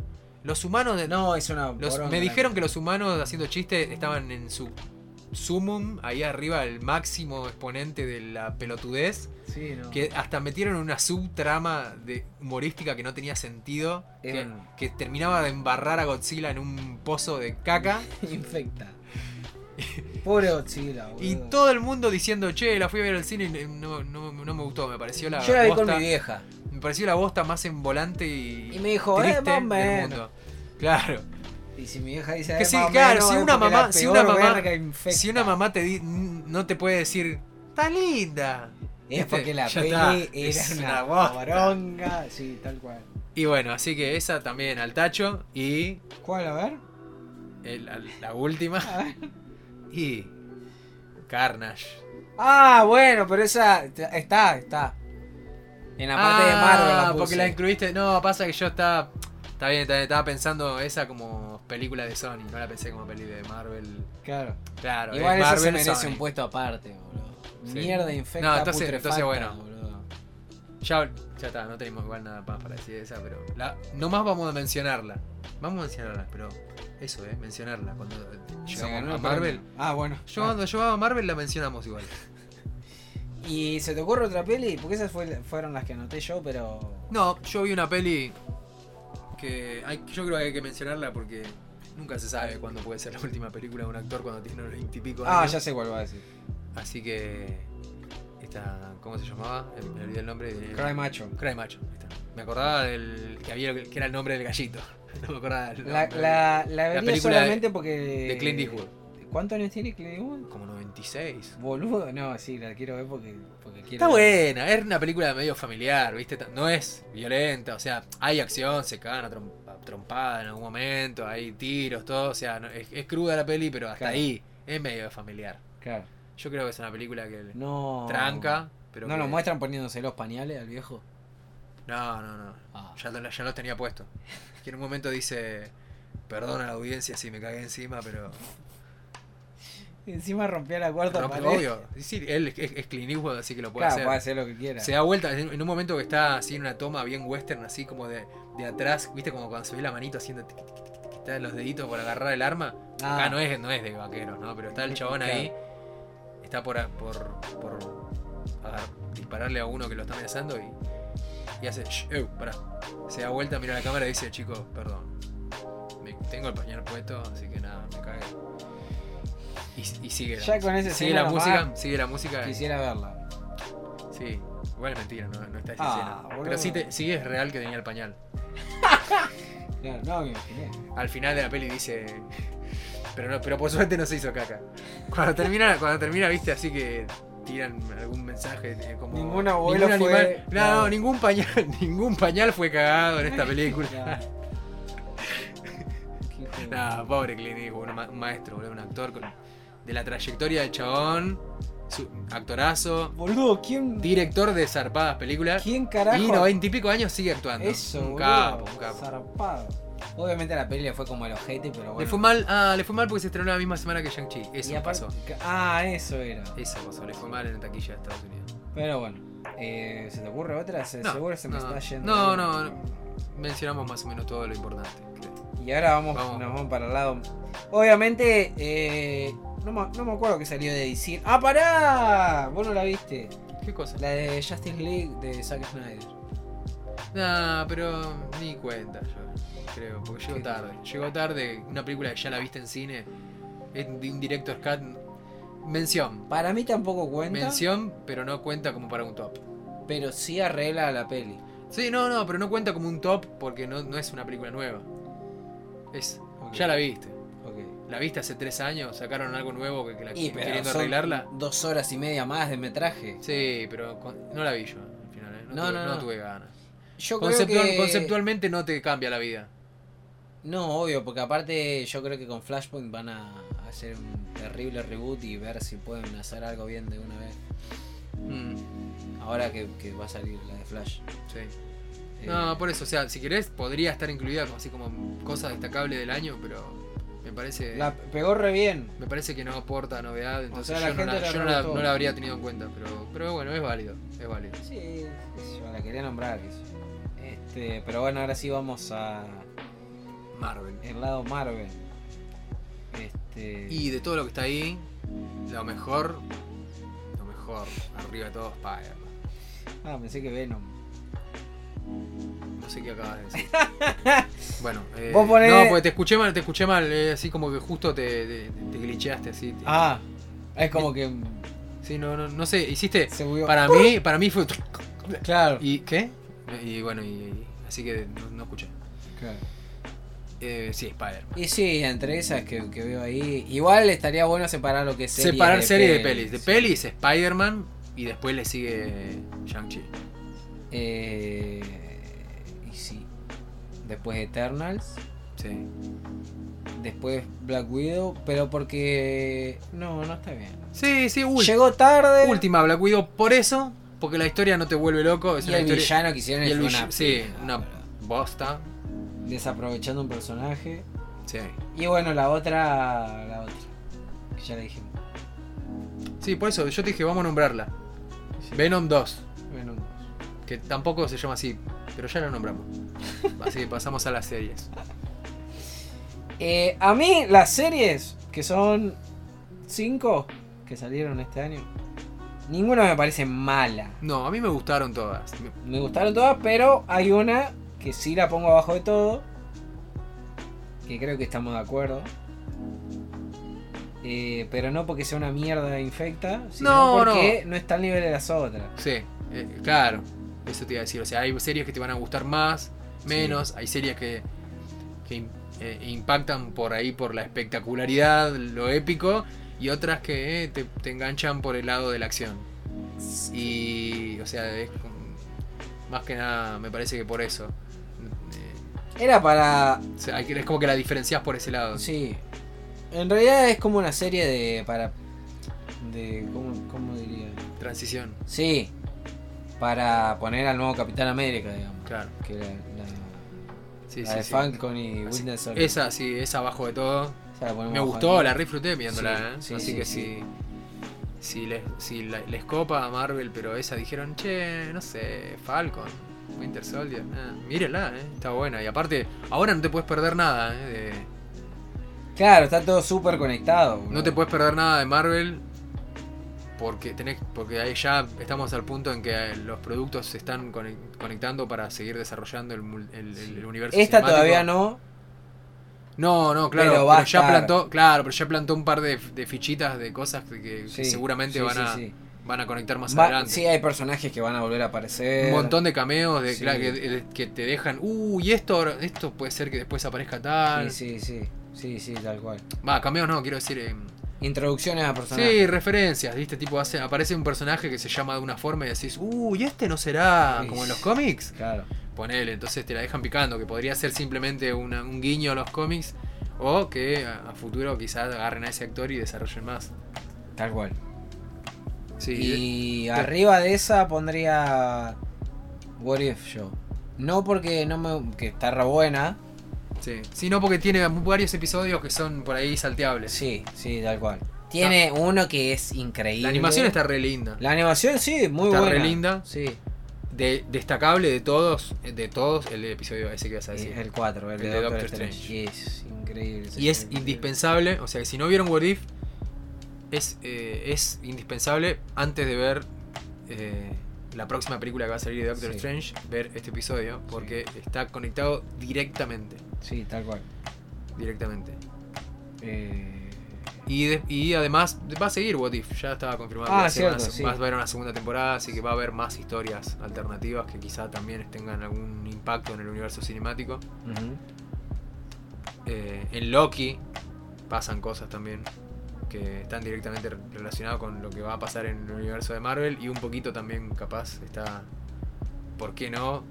Speaker 1: Los humanos de,
Speaker 2: No, es una.
Speaker 1: los-
Speaker 2: poronga.
Speaker 1: me dijeron que los humanos haciendo chistes estaban en su sumum, ahí arriba, el máximo exponente de la pelotudez.
Speaker 2: Sí, no.
Speaker 1: Que hasta metieron una subtrama de humorística que no tenía sentido. Que,
Speaker 2: Eran-
Speaker 1: que terminaba de embarrar a Godzilla en un pozo de caca.
Speaker 2: [laughs] Infecta.
Speaker 1: [laughs]
Speaker 2: Pobre Godzilla, boludo.
Speaker 1: Y todo el mundo diciendo, che, la fui a ver al cine y no, no- no me gustó. Me pareció la,
Speaker 2: Yo la vi
Speaker 1: bosta,
Speaker 2: con mi vieja.
Speaker 1: me pareció la bosta más envolante y,
Speaker 2: Y me dijo, eh,
Speaker 1: triste
Speaker 2: más o
Speaker 1: del
Speaker 2: menos.
Speaker 1: mundo. Claro.
Speaker 2: Y si mi vieja dice,
Speaker 1: Que
Speaker 2: eh,
Speaker 1: sí,
Speaker 2: más o
Speaker 1: claro,
Speaker 2: menos,
Speaker 1: si
Speaker 2: es
Speaker 1: una
Speaker 2: porque la
Speaker 1: mamá- si una
Speaker 2: peor
Speaker 1: mamá-
Speaker 2: verga infecta.
Speaker 1: Si una mamá te di- no te puede decir, está linda.
Speaker 2: Es porque la
Speaker 1: Este, Ya
Speaker 2: peli
Speaker 1: está,
Speaker 2: era
Speaker 1: es
Speaker 2: una
Speaker 1: una bosta.
Speaker 2: poronga. Sí, tal cual.
Speaker 1: Y bueno, así que esa también al tacho. Y
Speaker 2: ¿Cuál? A ver.
Speaker 1: eh, la, la última.
Speaker 2: [laughs] A ver.
Speaker 1: Y Carnage.
Speaker 2: Ah, bueno, pero esa está, está. En la parte de Marvel la
Speaker 1: Ah,
Speaker 2: puse.
Speaker 1: porque la incluiste. No, pasa que yo estaba. Está bien, está bien, estaba pensando esa como película de Sony. No la pensé como peli de Marvel.
Speaker 2: Claro.
Speaker 1: Claro,
Speaker 2: Igual
Speaker 1: es
Speaker 2: esa
Speaker 1: Marvel
Speaker 2: se merece
Speaker 1: Sony.
Speaker 2: un puesto aparte, boludo.
Speaker 1: Sí.
Speaker 2: Mierda infecta
Speaker 1: No, entonces-
Speaker 2: putrefacta,
Speaker 1: entonces, bueno.
Speaker 2: boludo.
Speaker 1: Ya, ya está, no tenemos igual nada más para decir de esa, pero la, nomás vamos a mencionarla. Vamos a mencionarla, pero eso, ¿eh? Mencionarla. Cuando
Speaker 2: Se ganó
Speaker 1: llegamos a
Speaker 2: el
Speaker 1: Marvel.
Speaker 2: premio. Ah, bueno.
Speaker 1: Yo cuando llegaba a Marvel la mencionamos igual.
Speaker 2: ¿Y se te ocurre otra peli? Porque esas fue- fueron las que anoté yo, pero.
Speaker 1: No, yo vi una peli que hay- yo creo que hay que mencionarla porque nunca se sabe cuándo puede ser la última película de un actor cuando tiene unos 20 y pico
Speaker 2: Ah,
Speaker 1: años.
Speaker 2: ya sé cuál va a decir.
Speaker 1: Así que esta, ¿cómo se llamaba? Eh, Me olvidé el nombre. de-
Speaker 2: Cry Macho.
Speaker 1: Cry Macho. ahí está. Me acordaba del que había que era el nombre del gallito. [laughs] No me acordaba del
Speaker 2: La,
Speaker 1: nombre.
Speaker 2: la, eh, la vería
Speaker 1: película
Speaker 2: solamente porque.
Speaker 1: de Clint Eastwood.
Speaker 2: ¿Cuántos años tiene Clint Eastwood?
Speaker 1: Como 96.
Speaker 2: Boludo, no, sí, la quiero ver porque, porque quiero.
Speaker 1: Está buena, es una película medio familiar, ¿viste? Ta- No es violenta, o sea, hay acción, se cagan a trom- a trompada en algún momento, hay tiros, todo, o sea, no- es, es cruda la peli, pero hasta
Speaker 2: Claro.
Speaker 1: ahí es medio familiar.
Speaker 2: Claro.
Speaker 1: Yo creo que es una película que le-
Speaker 2: No.
Speaker 1: tranca, pero...
Speaker 2: ¿No
Speaker 1: que-
Speaker 2: lo muestran poniéndose los pañales al viejo?
Speaker 1: No, no, no,
Speaker 2: Ah.
Speaker 1: ya, lo- ya los tenía puesto. Que en un momento dice, perdona a la audiencia si me cagué encima, pero...
Speaker 2: [laughs] Encima rompió la cuarta
Speaker 1: No, pero
Speaker 2: pared.
Speaker 1: obvio, Y sí, él es, es, es Clint Eastwood, así que lo puede
Speaker 2: claro,
Speaker 1: hacer.
Speaker 2: puede hacer lo que quiera.
Speaker 1: Se da vuelta en en un momento que está así en una toma bien western, así como de, de atrás, viste como cuando se ve la manito haciendo tiqui, tiqui, tiqui, tiqui, está los deditos para agarrar el arma.
Speaker 2: Ah.
Speaker 1: Acá no es, no es de vaqueros, ¿no? Pero está el chabón
Speaker 2: Claro.
Speaker 1: ahí, está por, a- por, por agar- dispararle a uno que lo está amenazando y, y hace, "Shh, eu, pará". Se da vuelta, mira la cámara y dice, chico, perdón, me- tengo el pañal puesto, así que nada, me cagué. Y, y sigue la,
Speaker 2: Ya con esa
Speaker 1: sigue
Speaker 2: escena
Speaker 1: la
Speaker 2: nomás
Speaker 1: música, sigue la música. y-
Speaker 2: Quisiera verla.
Speaker 1: Sí, igual es mentira, no, no está esa
Speaker 2: Ah,
Speaker 1: escena.
Speaker 2: boludo.
Speaker 1: Pero sí, te- sí es real que tenía el pañal.
Speaker 2: Claro, no, me imaginé.
Speaker 1: Al final de la peli dice. Pero no, pero por suerte no se hizo caca. Cuando termina, cuando termina, viste, así que tiran algún mensaje eh, como.
Speaker 2: Ningún abuelo
Speaker 1: ningún
Speaker 2: fue-
Speaker 1: animal- No,
Speaker 2: claro.
Speaker 1: no, ningún pañal, [laughs] ningún pañal fue cagado en
Speaker 2: [laughs]
Speaker 1: esta película.
Speaker 2: Claro. [laughs] Qué hijo de-
Speaker 1: [laughs] Nah, pobre Clint Eastwood, un ma- un maestro, boludo, un actor con- de la trayectoria del chabón, su- actorazo,
Speaker 2: Boludo, ¿quién,
Speaker 1: director de zarpadas películas.
Speaker 2: ¿quién carajo?
Speaker 1: Y 90 y pico años sigue actuando.
Speaker 2: Eso,
Speaker 1: un
Speaker 2: boludo.
Speaker 1: capo, un capo.
Speaker 2: Zarpado. Obviamente la peli le fue como el ojete, pero bueno.
Speaker 1: Le fue mal, ah, le fue mal porque se estrenó la misma semana que Shang-Chi. Eso
Speaker 2: Y aparte-
Speaker 1: pasó.
Speaker 2: Ah, eso era.
Speaker 1: Eso pasó, le fue mal en la taquilla de Estados Unidos.
Speaker 2: Pero bueno. eh, ¿Se te ocurre otra? Se-
Speaker 1: No,
Speaker 2: seguro se me
Speaker 1: no.
Speaker 2: está
Speaker 1: No,
Speaker 2: yendo.
Speaker 1: no, Mencionamos más o menos todo lo importante. creo.
Speaker 2: Y ahora vamos,
Speaker 1: Vamos.
Speaker 2: nos vamos para el lado. Obviamente, eh, no, me, no me acuerdo que salió de DC. ¡Ah, pará! Vos no la viste.
Speaker 1: ¿Qué cosa?
Speaker 2: La de Justice League de Zack Snyder.
Speaker 1: Nah, pero ni cuenta yo, creo, porque llegó
Speaker 2: ¿Qué?
Speaker 1: tarde. Llegó tarde una película que ya la viste en cine, es de un director cut. Mención.
Speaker 2: Para mí tampoco cuenta,
Speaker 1: Mención, pero no cuenta como para un top.
Speaker 2: pero sí arregla la peli.
Speaker 1: Sí, no, no, pero no cuenta como un top porque no, no es una película nueva. Es,
Speaker 2: Ok,
Speaker 1: ya la viste.
Speaker 2: ok.
Speaker 1: La viste hace tres años, sacaron algo nuevo que, que la
Speaker 2: Y pero
Speaker 1: queriendo
Speaker 2: son
Speaker 1: arreglarla.
Speaker 2: Dos horas y media más de metraje.
Speaker 1: Sí, pero con- no la vi yo al final, eh, no,
Speaker 2: No,
Speaker 1: tuve,
Speaker 2: no, no.
Speaker 1: tuve ganas.
Speaker 2: Yo
Speaker 1: Conceptual-
Speaker 2: creo que...
Speaker 1: Conceptualmente no te cambia la vida.
Speaker 2: No, obvio, porque aparte yo creo que con Flashpoint van a hacer un terrible reboot y ver si pueden hacer algo bien de una vez.
Speaker 1: Mm,
Speaker 2: Ahora que, que va a salir la de Flash.
Speaker 1: sí.
Speaker 2: Eh,
Speaker 1: No, pues, por eso, o sea, si querés, podría estar incluida como- así como cosa destacable del año, pero me parece
Speaker 2: eh, La pegó re bien.
Speaker 1: me parece que no aporta novedad, entonces
Speaker 2: sea, la
Speaker 1: yo, no la,
Speaker 2: gente la
Speaker 1: yo no la-
Speaker 2: rebotó.
Speaker 1: no la habría tenido en cuenta, pero, pero bueno, es válido, es válido.
Speaker 2: Sí, qué sé yo, la quería nombrar. qué sé yo. Este, pero bueno, ahora sí vamos a
Speaker 1: Marvel.
Speaker 2: el lado Marvel. Este,
Speaker 1: Y de todo lo que está ahí, lo mejor, lo mejor, arriba de todo Spider-Man.
Speaker 2: Ah, pensé que Venom.
Speaker 1: No sé qué acabas de
Speaker 2: [laughs]
Speaker 1: decir. bueno, eh,
Speaker 2: Vos ponés-
Speaker 1: no, porque te escuché mal, te escuché mal, eh, así como que justo te, te, te glitcheaste así. te-
Speaker 2: Ah, es como que
Speaker 1: Sí, no, no, no sé, hiciste.
Speaker 2: se movió.
Speaker 1: eh, Para mí, para mí fue.
Speaker 2: [laughs] Claro.
Speaker 1: ¿Y qué? Y bueno, y, y- así que no, no escuché.
Speaker 2: Claro.
Speaker 1: Eh, sí, Spider-Man.
Speaker 2: Y sí, entre esas que, que veo ahí. Igual estaría bueno separar lo que es series
Speaker 1: Separar
Speaker 2: de
Speaker 1: serie de
Speaker 2: pelis.
Speaker 1: pelis. De pelis, Spider-Man y después le sigue Shang-Chi.
Speaker 2: Eh, y sí. Después Eternals.
Speaker 1: Sí.
Speaker 2: Después Black Widow. Pero porque. No, no está bien.
Speaker 1: Sí, sí, ul-
Speaker 2: Llegó tarde.
Speaker 1: última Black Widow por eso, porque la historia no te vuelve loco. Es
Speaker 2: Y
Speaker 1: una
Speaker 2: el
Speaker 1: historia.
Speaker 2: villano que hicieron
Speaker 1: y el
Speaker 2: fue
Speaker 1: vill-
Speaker 2: una
Speaker 1: sí,
Speaker 2: pena,
Speaker 1: una
Speaker 2: boludo.
Speaker 1: bosta.
Speaker 2: Desaprovechando un personaje.
Speaker 1: Sí.
Speaker 2: Y bueno, la otra. La otra. Que ya le dijimos.
Speaker 1: Sí, por eso yo te dije, vamos a nombrarla. Venom 2,
Speaker 2: Bueno,
Speaker 1: que tampoco se llama así, pero ya la nombramos. [laughs] Así que pasamos a las series.
Speaker 2: Eh, a mí las series, que son cinco que salieron este año, ninguna me parece mala.
Speaker 1: No, a mí me gustaron todas. Me-
Speaker 2: Me gustaron todas, pero hay una que sí la pongo abajo de todo, que creo que estamos de acuerdo. Eh, pero no porque sea una mierda infecta, sino
Speaker 1: No, no.
Speaker 2: porque no. está al nivel de las otras.
Speaker 1: Sí, eh, claro, eso te iba a decir. O sea, hay series que te van a gustar más, menos, hay series que, que im- eh, impactan por ahí por la espectacularidad, lo épico, y otras que eh, te, te enganchan por el lado de la acción. Y, o sea, es como- más que nada, me parece que por eso. Eh,
Speaker 2: Era para
Speaker 1: o sea, hay que- es como que la diferencias por ese lado.
Speaker 2: Sí. En realidad es como una serie de. para. de. ¿cómo, cómo diría?
Speaker 1: Transición,
Speaker 2: Sí. Para poner al nuevo Capitán América, digamos.
Speaker 1: claro.
Speaker 2: Que la, la-
Speaker 1: Sí,
Speaker 2: la
Speaker 1: sí,
Speaker 2: de
Speaker 1: sí.
Speaker 2: Falcon y
Speaker 1: Así-
Speaker 2: Winter Soldier.
Speaker 1: Esa, sí, esa abajo de todo.
Speaker 2: Esa la ponemos
Speaker 1: Me
Speaker 2: abajo
Speaker 1: gustó,
Speaker 2: ahí.
Speaker 1: la disfruté viéndola,
Speaker 2: Sí,
Speaker 1: ¿eh?
Speaker 2: sí,
Speaker 1: Así
Speaker 2: sí,
Speaker 1: que
Speaker 2: sí.
Speaker 1: si, si, les, si la- les copa a Marvel, pero esa dijeron, che, no sé, Falcon, Winter Soldier, ah, mírenla, ¿eh? está buena. Y aparte, ahora no te puedes perder nada, ¿eh? de-
Speaker 2: Claro, está todo súper conectado.
Speaker 1: no te puedes perder nada de Marvel porque tenés, porque ahí ya estamos al punto en que eh, los productos se están conec- conectando para seguir desarrollando el, mul- el- el- el universo.
Speaker 2: Esta todavía
Speaker 1: cinemático.
Speaker 2: no.
Speaker 1: No, no, claro,
Speaker 2: Pero
Speaker 1: pero,
Speaker 2: va a
Speaker 1: ya
Speaker 2: estar.
Speaker 1: plantó, claro, pero ya plantó un par de, de fichitas de cosas que, que
Speaker 2: Sí,
Speaker 1: seguramente
Speaker 2: sí,
Speaker 1: van,
Speaker 2: sí,
Speaker 1: a,
Speaker 2: sí.
Speaker 1: van a conectar más
Speaker 2: Va-
Speaker 1: adelante.
Speaker 2: sí, hay personajes que van a volver a aparecer.
Speaker 1: un montón de cameos de,
Speaker 2: Sí.
Speaker 1: claro, que, de- que te dejan, uh, y esto, ahora- esto puede ser que después aparezca tal.
Speaker 2: Sí, sí, sí. Sí, sí, tal cual.
Speaker 1: Va, cameos no, quiero decir. em,
Speaker 2: Introducciones a personajes.
Speaker 1: sí, referencias, ¿viste? Tipo, hace, aparece un personaje que se llama de una forma y decís, uh, y este no será
Speaker 2: Sí.
Speaker 1: como en los cómics.
Speaker 2: Claro.
Speaker 1: Ponele, entonces te la dejan picando, que podría ser simplemente una- un guiño a los cómics o que a, a futuro quizás agarren a ese actor y desarrollen más.
Speaker 2: Tal cual.
Speaker 1: Sí,
Speaker 2: Y arriba de esa pondría What If yo. No porque no me. que está re buena.
Speaker 1: Sí, Sí, no porque tiene varios episodios que son por ahí salteables.
Speaker 2: Sí, sí, tal cual. Tiene uno que es increíble.
Speaker 1: La animación está re linda.
Speaker 2: La animación sí, muy
Speaker 1: Está
Speaker 2: buena.
Speaker 1: re linda.
Speaker 2: Sí.
Speaker 1: de- destacable de todos, de todos, el episodio ese que vas a decir.
Speaker 2: El 4, el, de Doctor, Strange. Y es increíble.
Speaker 1: y es indispensable, o sea que si no vieron What If, es, eh, es indispensable antes de ver eh, la próxima película que va a salir de Doctor
Speaker 2: Sí.
Speaker 1: Strange, ver este episodio, porque está conectado directamente.
Speaker 2: Sí, tal cual.
Speaker 1: Directamente.
Speaker 2: Eh,
Speaker 1: Y, de- y además va a seguir What If, ya estaba confirmado. que
Speaker 2: Ah,
Speaker 1: va, a ser una
Speaker 2: cierto,
Speaker 1: se-
Speaker 2: sí.
Speaker 1: va a haber una segunda temporada, así que va a haber más historias alternativas que quizá también tengan algún impacto en el universo cinemático.
Speaker 2: ujú.
Speaker 1: Eh, en Loki pasan cosas también que están directamente re- relacionadas con lo que va a pasar en el universo de Marvel y un poquito también capaz está, ¿por qué no?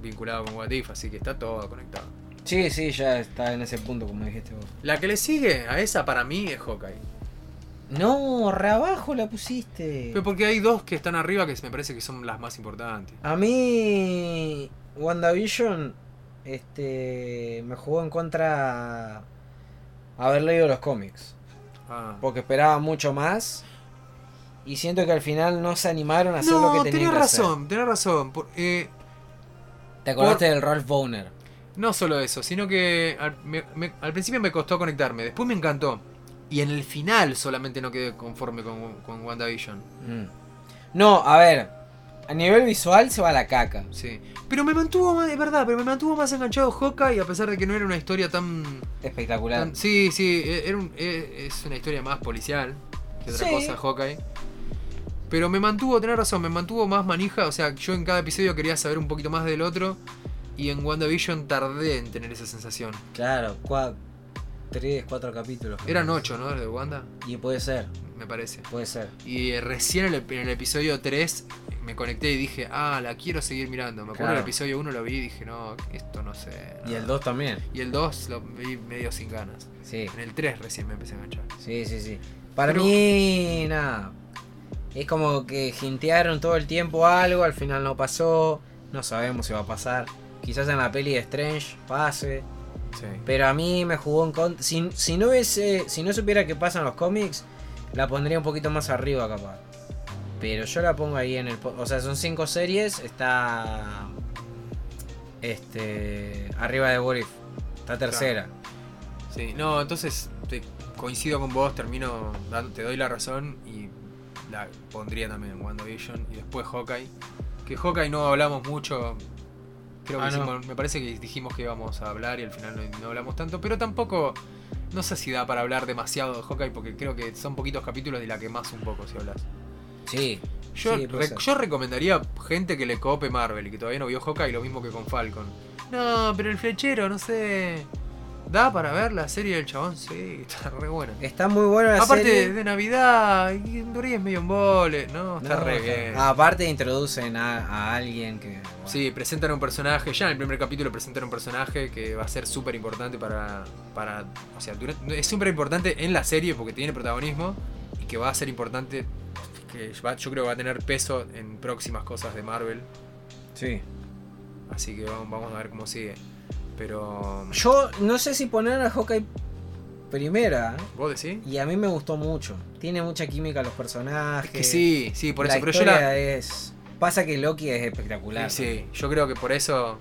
Speaker 1: vinculado con What If, así que está todo conectado.
Speaker 2: Sí, sí, ya está en ese punto, como dijiste vos.
Speaker 1: La que le sigue a esa para mí es Hawkeye.
Speaker 2: No, re abajo la pusiste.
Speaker 1: Pero porque hay dos que están arriba que me parece que son las más importantes.
Speaker 2: A mí, WandaVision este, me jugó en contra haber leído los cómics.
Speaker 1: Ah.
Speaker 2: Porque esperaba mucho más. Y siento que al final no se animaron a hacer
Speaker 1: No,
Speaker 2: lo que tenían
Speaker 1: tenés
Speaker 2: que
Speaker 1: razón, tenés razón. Por- eh,
Speaker 2: hacer. ¿Te acordaste del Ralph Boner?
Speaker 1: no solo eso, sino que al, me- me- al principio me costó conectarme, después me encantó. Y en el final solamente no quedé conforme con, con WandaVision.
Speaker 2: Mm. No, a ver. A nivel visual se va a la caca.
Speaker 1: Sí. Pero me mantuvo más, de verdad, pero me mantuvo más enganchado Hawkeye, a pesar de que no era una historia tan.
Speaker 2: Espectacular.
Speaker 1: tan- sí, sí, e- era un- e- es una historia más policial que otra
Speaker 2: Sí.
Speaker 1: cosa, Hawkeye. Pero me mantuvo, tenés razón, me mantuvo más manija. O sea, yo en cada episodio quería saber un poquito más del otro. Y en WandaVision tardé en tener esa sensación.
Speaker 2: Claro, cua- tres, cuatro capítulos.
Speaker 1: Eran ocho, ¿no? De Wanda,
Speaker 2: Y puede ser,
Speaker 1: me parece.
Speaker 2: puede ser.
Speaker 1: Y eh, recién en el, en el episodio 3 me conecté y dije, ah, la quiero seguir mirando. Me acuerdo
Speaker 2: Claro.
Speaker 1: el episodio 1 lo vi y dije, no, esto no sé.
Speaker 2: Y
Speaker 1: no".
Speaker 2: el 2 también.
Speaker 1: Y el 2 lo vi medio sin ganas.
Speaker 2: Sí,
Speaker 1: En el 3 recién me empecé a enganchar.
Speaker 2: sí, sí, sí. Para
Speaker 1: Pero-
Speaker 2: mí, nada. Es como que jintearon todo el tiempo algo, al final no pasó. No sabemos si va a pasar. Quizás en la peli de Strange pase.
Speaker 1: Sí.
Speaker 2: Pero a mí me jugó en contra. Si, si no hubiese. Si no supiera qué pasa en los cómics, la pondría un poquito más arriba capaz. Pero yo la pongo ahí en el. po- O sea, son cinco series. Está. Este. Arriba de What If. Está tercera.
Speaker 1: Sí, no, entonces te- coincido con vos, termino, dan- te doy la razón y la pondría también en WandaVision y después Hawkeye. Que Hawkeye no hablamos mucho, creo que
Speaker 2: Ah, no.
Speaker 1: hicimos- me parece que dijimos que íbamos a hablar y al final no, no hablamos tanto, pero tampoco, no sé si da para hablar demasiado de Hawkeye porque creo que son poquitos capítulos de la que más un poco si hablas.
Speaker 2: Sí.
Speaker 1: Yo,
Speaker 2: Sí, puede
Speaker 1: re-
Speaker 2: ser.
Speaker 1: yo recomendaría gente que le cope Marvel y que todavía no vio Hawkeye, lo mismo que con Falcon. No, pero el flechero, no sé. ¿Da para ver la serie del chabón? Sí, está re buena.
Speaker 2: Está muy buena Eh, la
Speaker 1: Aparte
Speaker 2: serie.
Speaker 1: de, Navidad, y en teoría es medio embole, ¿no? Está
Speaker 2: No, ah.
Speaker 1: re
Speaker 2: está-
Speaker 1: bien.
Speaker 2: Aparte introducen a, a alguien que. bueno,
Speaker 1: Sí, presentan un personaje, ya en el primer capítulo presentan un personaje que va a ser súper importante para, para... O sea, dura- es súper importante en la serie porque tiene protagonismo y que va a ser importante, que va- yo creo que va a tener peso en próximas cosas de Marvel.
Speaker 2: sí.
Speaker 1: Así que vamos, vamos a ver cómo sigue. Pero.
Speaker 2: Yo no sé si poner a Hawkeye primera. ¿eh?
Speaker 1: ¿Vos decís?
Speaker 2: Y a mí me gustó mucho. Tiene mucha química los personajes.
Speaker 1: Es que sí, sí, por
Speaker 2: la
Speaker 1: eso. Pero yo
Speaker 2: historia
Speaker 1: la.
Speaker 2: es. Pasa que Loki es espectacular.
Speaker 1: Sí, yo creo que por eso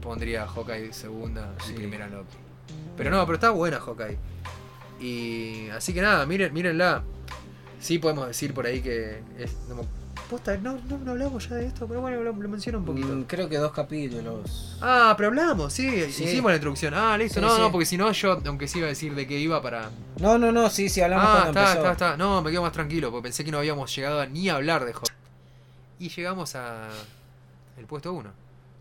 Speaker 1: pondría a Hawkeye segunda
Speaker 2: Sí.
Speaker 1: y primera Loki. Pero no, pero está buena Hawkeye. Y. Así que nada, miren, mírenla. Sí podemos decir por ahí que. Es, no, me- posta, no, no, no hablamos ya de esto, pero bueno, lo, lo menciono un poquito.
Speaker 2: Mm, creo que dos capítulos.
Speaker 1: Ah, pero hablamos, sí,
Speaker 2: Sí.
Speaker 1: hicimos la introducción. Ah, listo,
Speaker 2: Sí,
Speaker 1: no,
Speaker 2: sí.
Speaker 1: no, porque si no, yo, aunque sí iba a decir de qué iba para.
Speaker 2: No, no, no, sí, sí, hablamos
Speaker 1: Ah,
Speaker 2: cuando
Speaker 1: está,
Speaker 2: empezó.
Speaker 1: está, está. No, me quedo más tranquilo, porque pensé que no habíamos llegado a ni hablar de Hawkeye. Y llegamos a el puesto 1.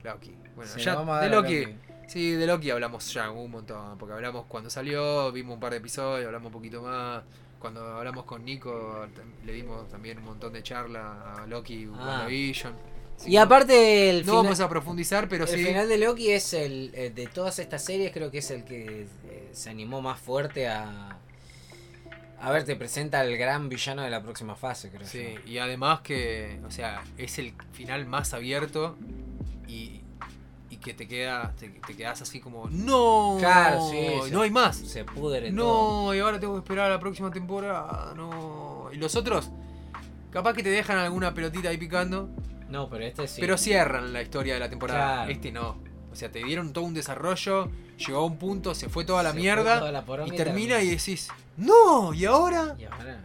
Speaker 1: Loki. Bueno,
Speaker 2: Sí,
Speaker 1: ya
Speaker 2: vamos a
Speaker 1: de
Speaker 2: dar a
Speaker 1: Loki, Sí, de Loki hablamos ya un montón, porque hablamos cuando salió, vimos un par de episodios, hablamos un poquito más. Cuando hablamos con Nico, tam- le dimos también un montón de charla a Loki,
Speaker 2: Ah.
Speaker 1: WandaVision. Así
Speaker 2: Y
Speaker 1: que
Speaker 2: aparte el
Speaker 1: no
Speaker 2: final.
Speaker 1: vamos a profundizar, pero
Speaker 2: el
Speaker 1: sí.
Speaker 2: final de Loki es el. eh, de todas estas series, creo que es el que eh, se animó más fuerte a. A ver, te presenta al gran villano de la próxima fase, creo
Speaker 1: Sí, y además que, o sea, es el final más abierto y, y que te queda te, te quedas así como, no,
Speaker 2: Claro, sí, sí.
Speaker 1: no hay
Speaker 2: yo.
Speaker 1: más.
Speaker 2: Se pudre todo.
Speaker 1: No, y ahora tengo que esperar a la próxima temporada, no. Y los otros, capaz que te dejan alguna pelotita ahí picando,
Speaker 2: No, pero este sí.
Speaker 1: Pero cierran la historia de la temporada.
Speaker 2: Claro.
Speaker 1: Este no. O sea, te dieron todo un desarrollo, llegó a un punto, se fue toda la
Speaker 2: Se fue
Speaker 1: mierda.
Speaker 2: toda la poronga
Speaker 1: y termina y decís, ¡No! ¿Y ahora?
Speaker 2: Y ahora-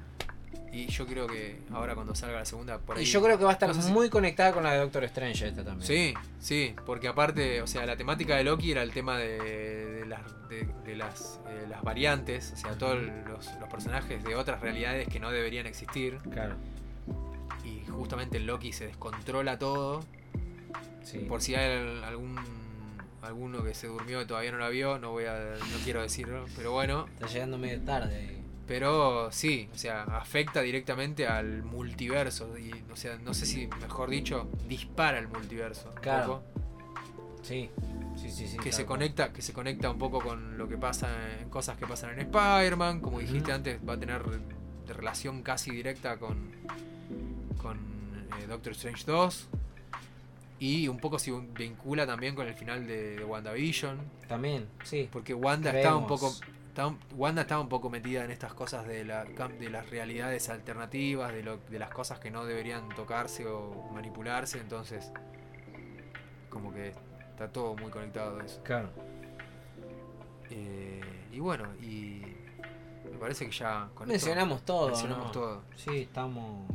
Speaker 1: Y yo creo que ahora cuando salga la segunda por ahí.
Speaker 2: Y yo creo que va a estar
Speaker 1: No sé si-
Speaker 2: muy conectada con la de Doctor Strange esta también.
Speaker 1: Sí, sí, porque aparte, o sea, la temática de Loki era el tema de, de las, de, de las, eh, las variantes, o sea, todos los, los personajes de otras realidades que no deberían existir.
Speaker 2: Claro.
Speaker 1: Y justamente en Loki se descontrola todo.
Speaker 2: Sí.
Speaker 1: Por si hay al- algún alguno que se durmió y todavía no la vio, no voy a, no quiero decirlo, pero bueno,
Speaker 2: Está llegando medio tarde.
Speaker 1: pero sí, o sea, afecta directamente al multiverso y, o sea, no sé si, mejor dicho, dispara el multiverso. un
Speaker 2: Claro.
Speaker 1: poco.
Speaker 2: Sí. Sí, sí, sí.
Speaker 1: que
Speaker 2: tal
Speaker 1: se
Speaker 2: cual.
Speaker 1: conecta que se conecta un poco con lo que pasa en cosas que pasan en Spider-Man como
Speaker 2: Ujú.
Speaker 1: dijiste antes va a tener de relación casi directa con con eh, Doctor Strange 2 y un poco se vincula también con el final de, de WandaVision
Speaker 2: También, sí.
Speaker 1: porque Wanda estaba un poco
Speaker 2: Creemos.
Speaker 1: estaba- Wanda estaba un poco metida en estas cosas de, la, cam- de las realidades alternativas, de, lo, de las cosas que no deberían tocarse o manipularse, entonces como que está todo muy conectado a eso.
Speaker 2: Claro.
Speaker 1: Eh, y bueno, y me parece que ya con esto
Speaker 2: Mencionamos todo.
Speaker 1: mencionamos
Speaker 2: ¿no?
Speaker 1: todo.
Speaker 2: Sí, estamos.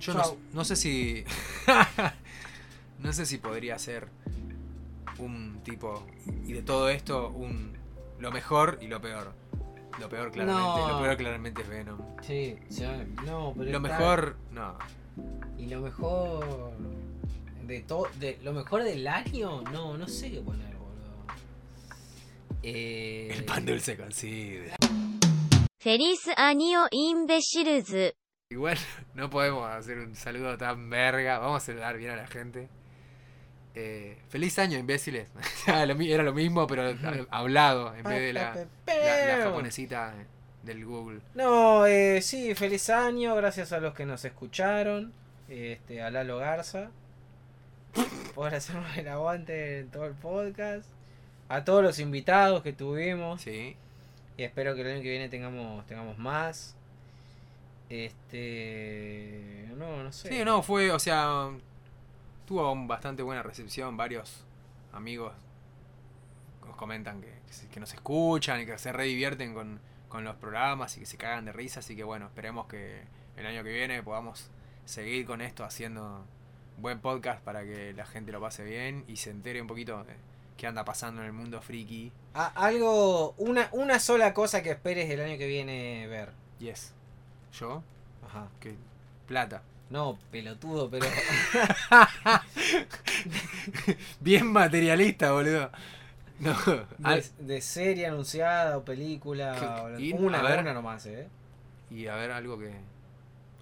Speaker 1: Yo
Speaker 2: Yo-
Speaker 1: no, no sé si. [laughs] no sé si podría ser un tipo. Y de todo esto, un. Lo mejor y lo peor. Lo peor claramente.
Speaker 2: No.
Speaker 1: Lo peor claramente es Venom.
Speaker 2: Sí, sí. No, pero.
Speaker 1: Lo
Speaker 2: está-
Speaker 1: mejor. No.
Speaker 2: Y lo mejor. De todo. De... Lo mejor del año. No, no sé qué poner, boludo. Eh...
Speaker 1: El pan dulce coincide.
Speaker 3: フェリス・アニオ・インベシルズ。
Speaker 1: Igual no podemos hacer un saludo tan verga. Vamos a saludar bien a la gente. Eh, feliz año, imbéciles. [laughs] Era lo mi- Era lo mismo, pero hablado en vez de la. La, la japonesita del Google.
Speaker 2: No, eh, sí, feliz año, gracias a los que nos escucharon, este, a Lalo Garza, por hacernos el aguante en todo el podcast, a todos los invitados que tuvimos,
Speaker 1: Sí.
Speaker 2: y espero que el año que viene tengamos, tengamos más. Este, no, no sé.
Speaker 1: Sí, no, fue, o sea, tuvo un- bastante buena recepción. Varios amigos nos comentan que, que se- que nos escuchan y que se redivierten con, con los programas y que se cagan de risa. Así que bueno, esperemos que el año que viene podamos seguir con esto haciendo buen podcast para que la gente lo pase bien y se entere un poquito de qué anda pasando en el mundo friki.
Speaker 2: A- algo, una, una sola cosa que esperes del año que viene ver.
Speaker 1: Yes. Yo,
Speaker 2: Ajá.
Speaker 1: que plata. [laughs]
Speaker 2: No, pelotudo, pero...
Speaker 1: Bien materialista, boludo. No, al-
Speaker 2: De, de serie anunciada o película.
Speaker 1: Que-
Speaker 2: o lo-
Speaker 1: y-
Speaker 2: una,
Speaker 1: a ver.
Speaker 2: una nomás, ¿eh?
Speaker 1: y a ver algo que.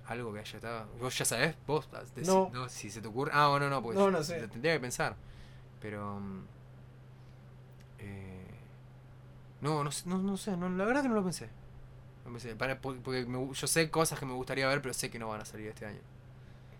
Speaker 1: Algo que haya estado. Vos ya sabés, vos. Ah, decí-
Speaker 2: No.
Speaker 1: Si se te ocurre. Ah, no, no, pues.
Speaker 2: No, no sé.
Speaker 1: Lo tendría que pensar. Pero. mm, eh, no, no, sé- no, no sé. no, la verdad que no lo pensé. No pensé. Para, porque porque me gu- yo sé cosas que me gustaría ver, pero sé que no van a salir este año.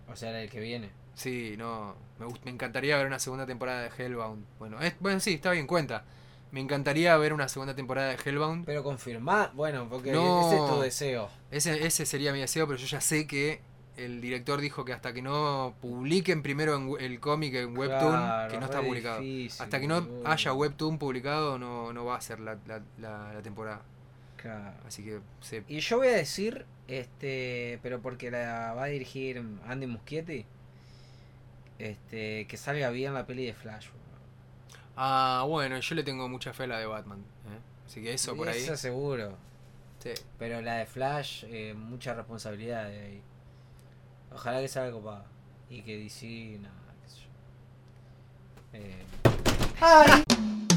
Speaker 2: O sea, era el que viene.
Speaker 1: Sí, no. Me, gust- me encantaría ver una segunda temporada de Hellbound. Bueno, es, bueno, sí, está bien, cuenta. Me encantaría ver una segunda temporada de Hellbound.
Speaker 2: Pero confirmá, bueno, porque
Speaker 1: No.
Speaker 2: ese es tu deseo.
Speaker 1: Ese, ese sería mi deseo, pero yo ya sé que el director dijo que hasta que no publiquen primero en we- el cómic en Webtoon,
Speaker 2: Claro,
Speaker 1: que no
Speaker 2: re
Speaker 1: está publicado.
Speaker 2: difícil,
Speaker 1: Hasta que no
Speaker 2: boludo.
Speaker 1: haya Webtoon publicado, no, no va a ser la, la- la- la temporada.
Speaker 2: Claro.
Speaker 1: Así que se-
Speaker 2: Y yo voy a decir, este, pero porque la va a dirigir Andy Muschietti, este, que salga bien la peli de Flash. boludo.
Speaker 1: Ah, bueno, yo le tengo mucha fe a la de Batman. ¿eh? Así que eso por ahí.
Speaker 2: Eso seguro.
Speaker 1: sí.
Speaker 2: Pero la de Flash, eh, mucha responsabilidad de ahí. Ojalá que salga copada. Y que DC, nada, qué sé yo. Eh,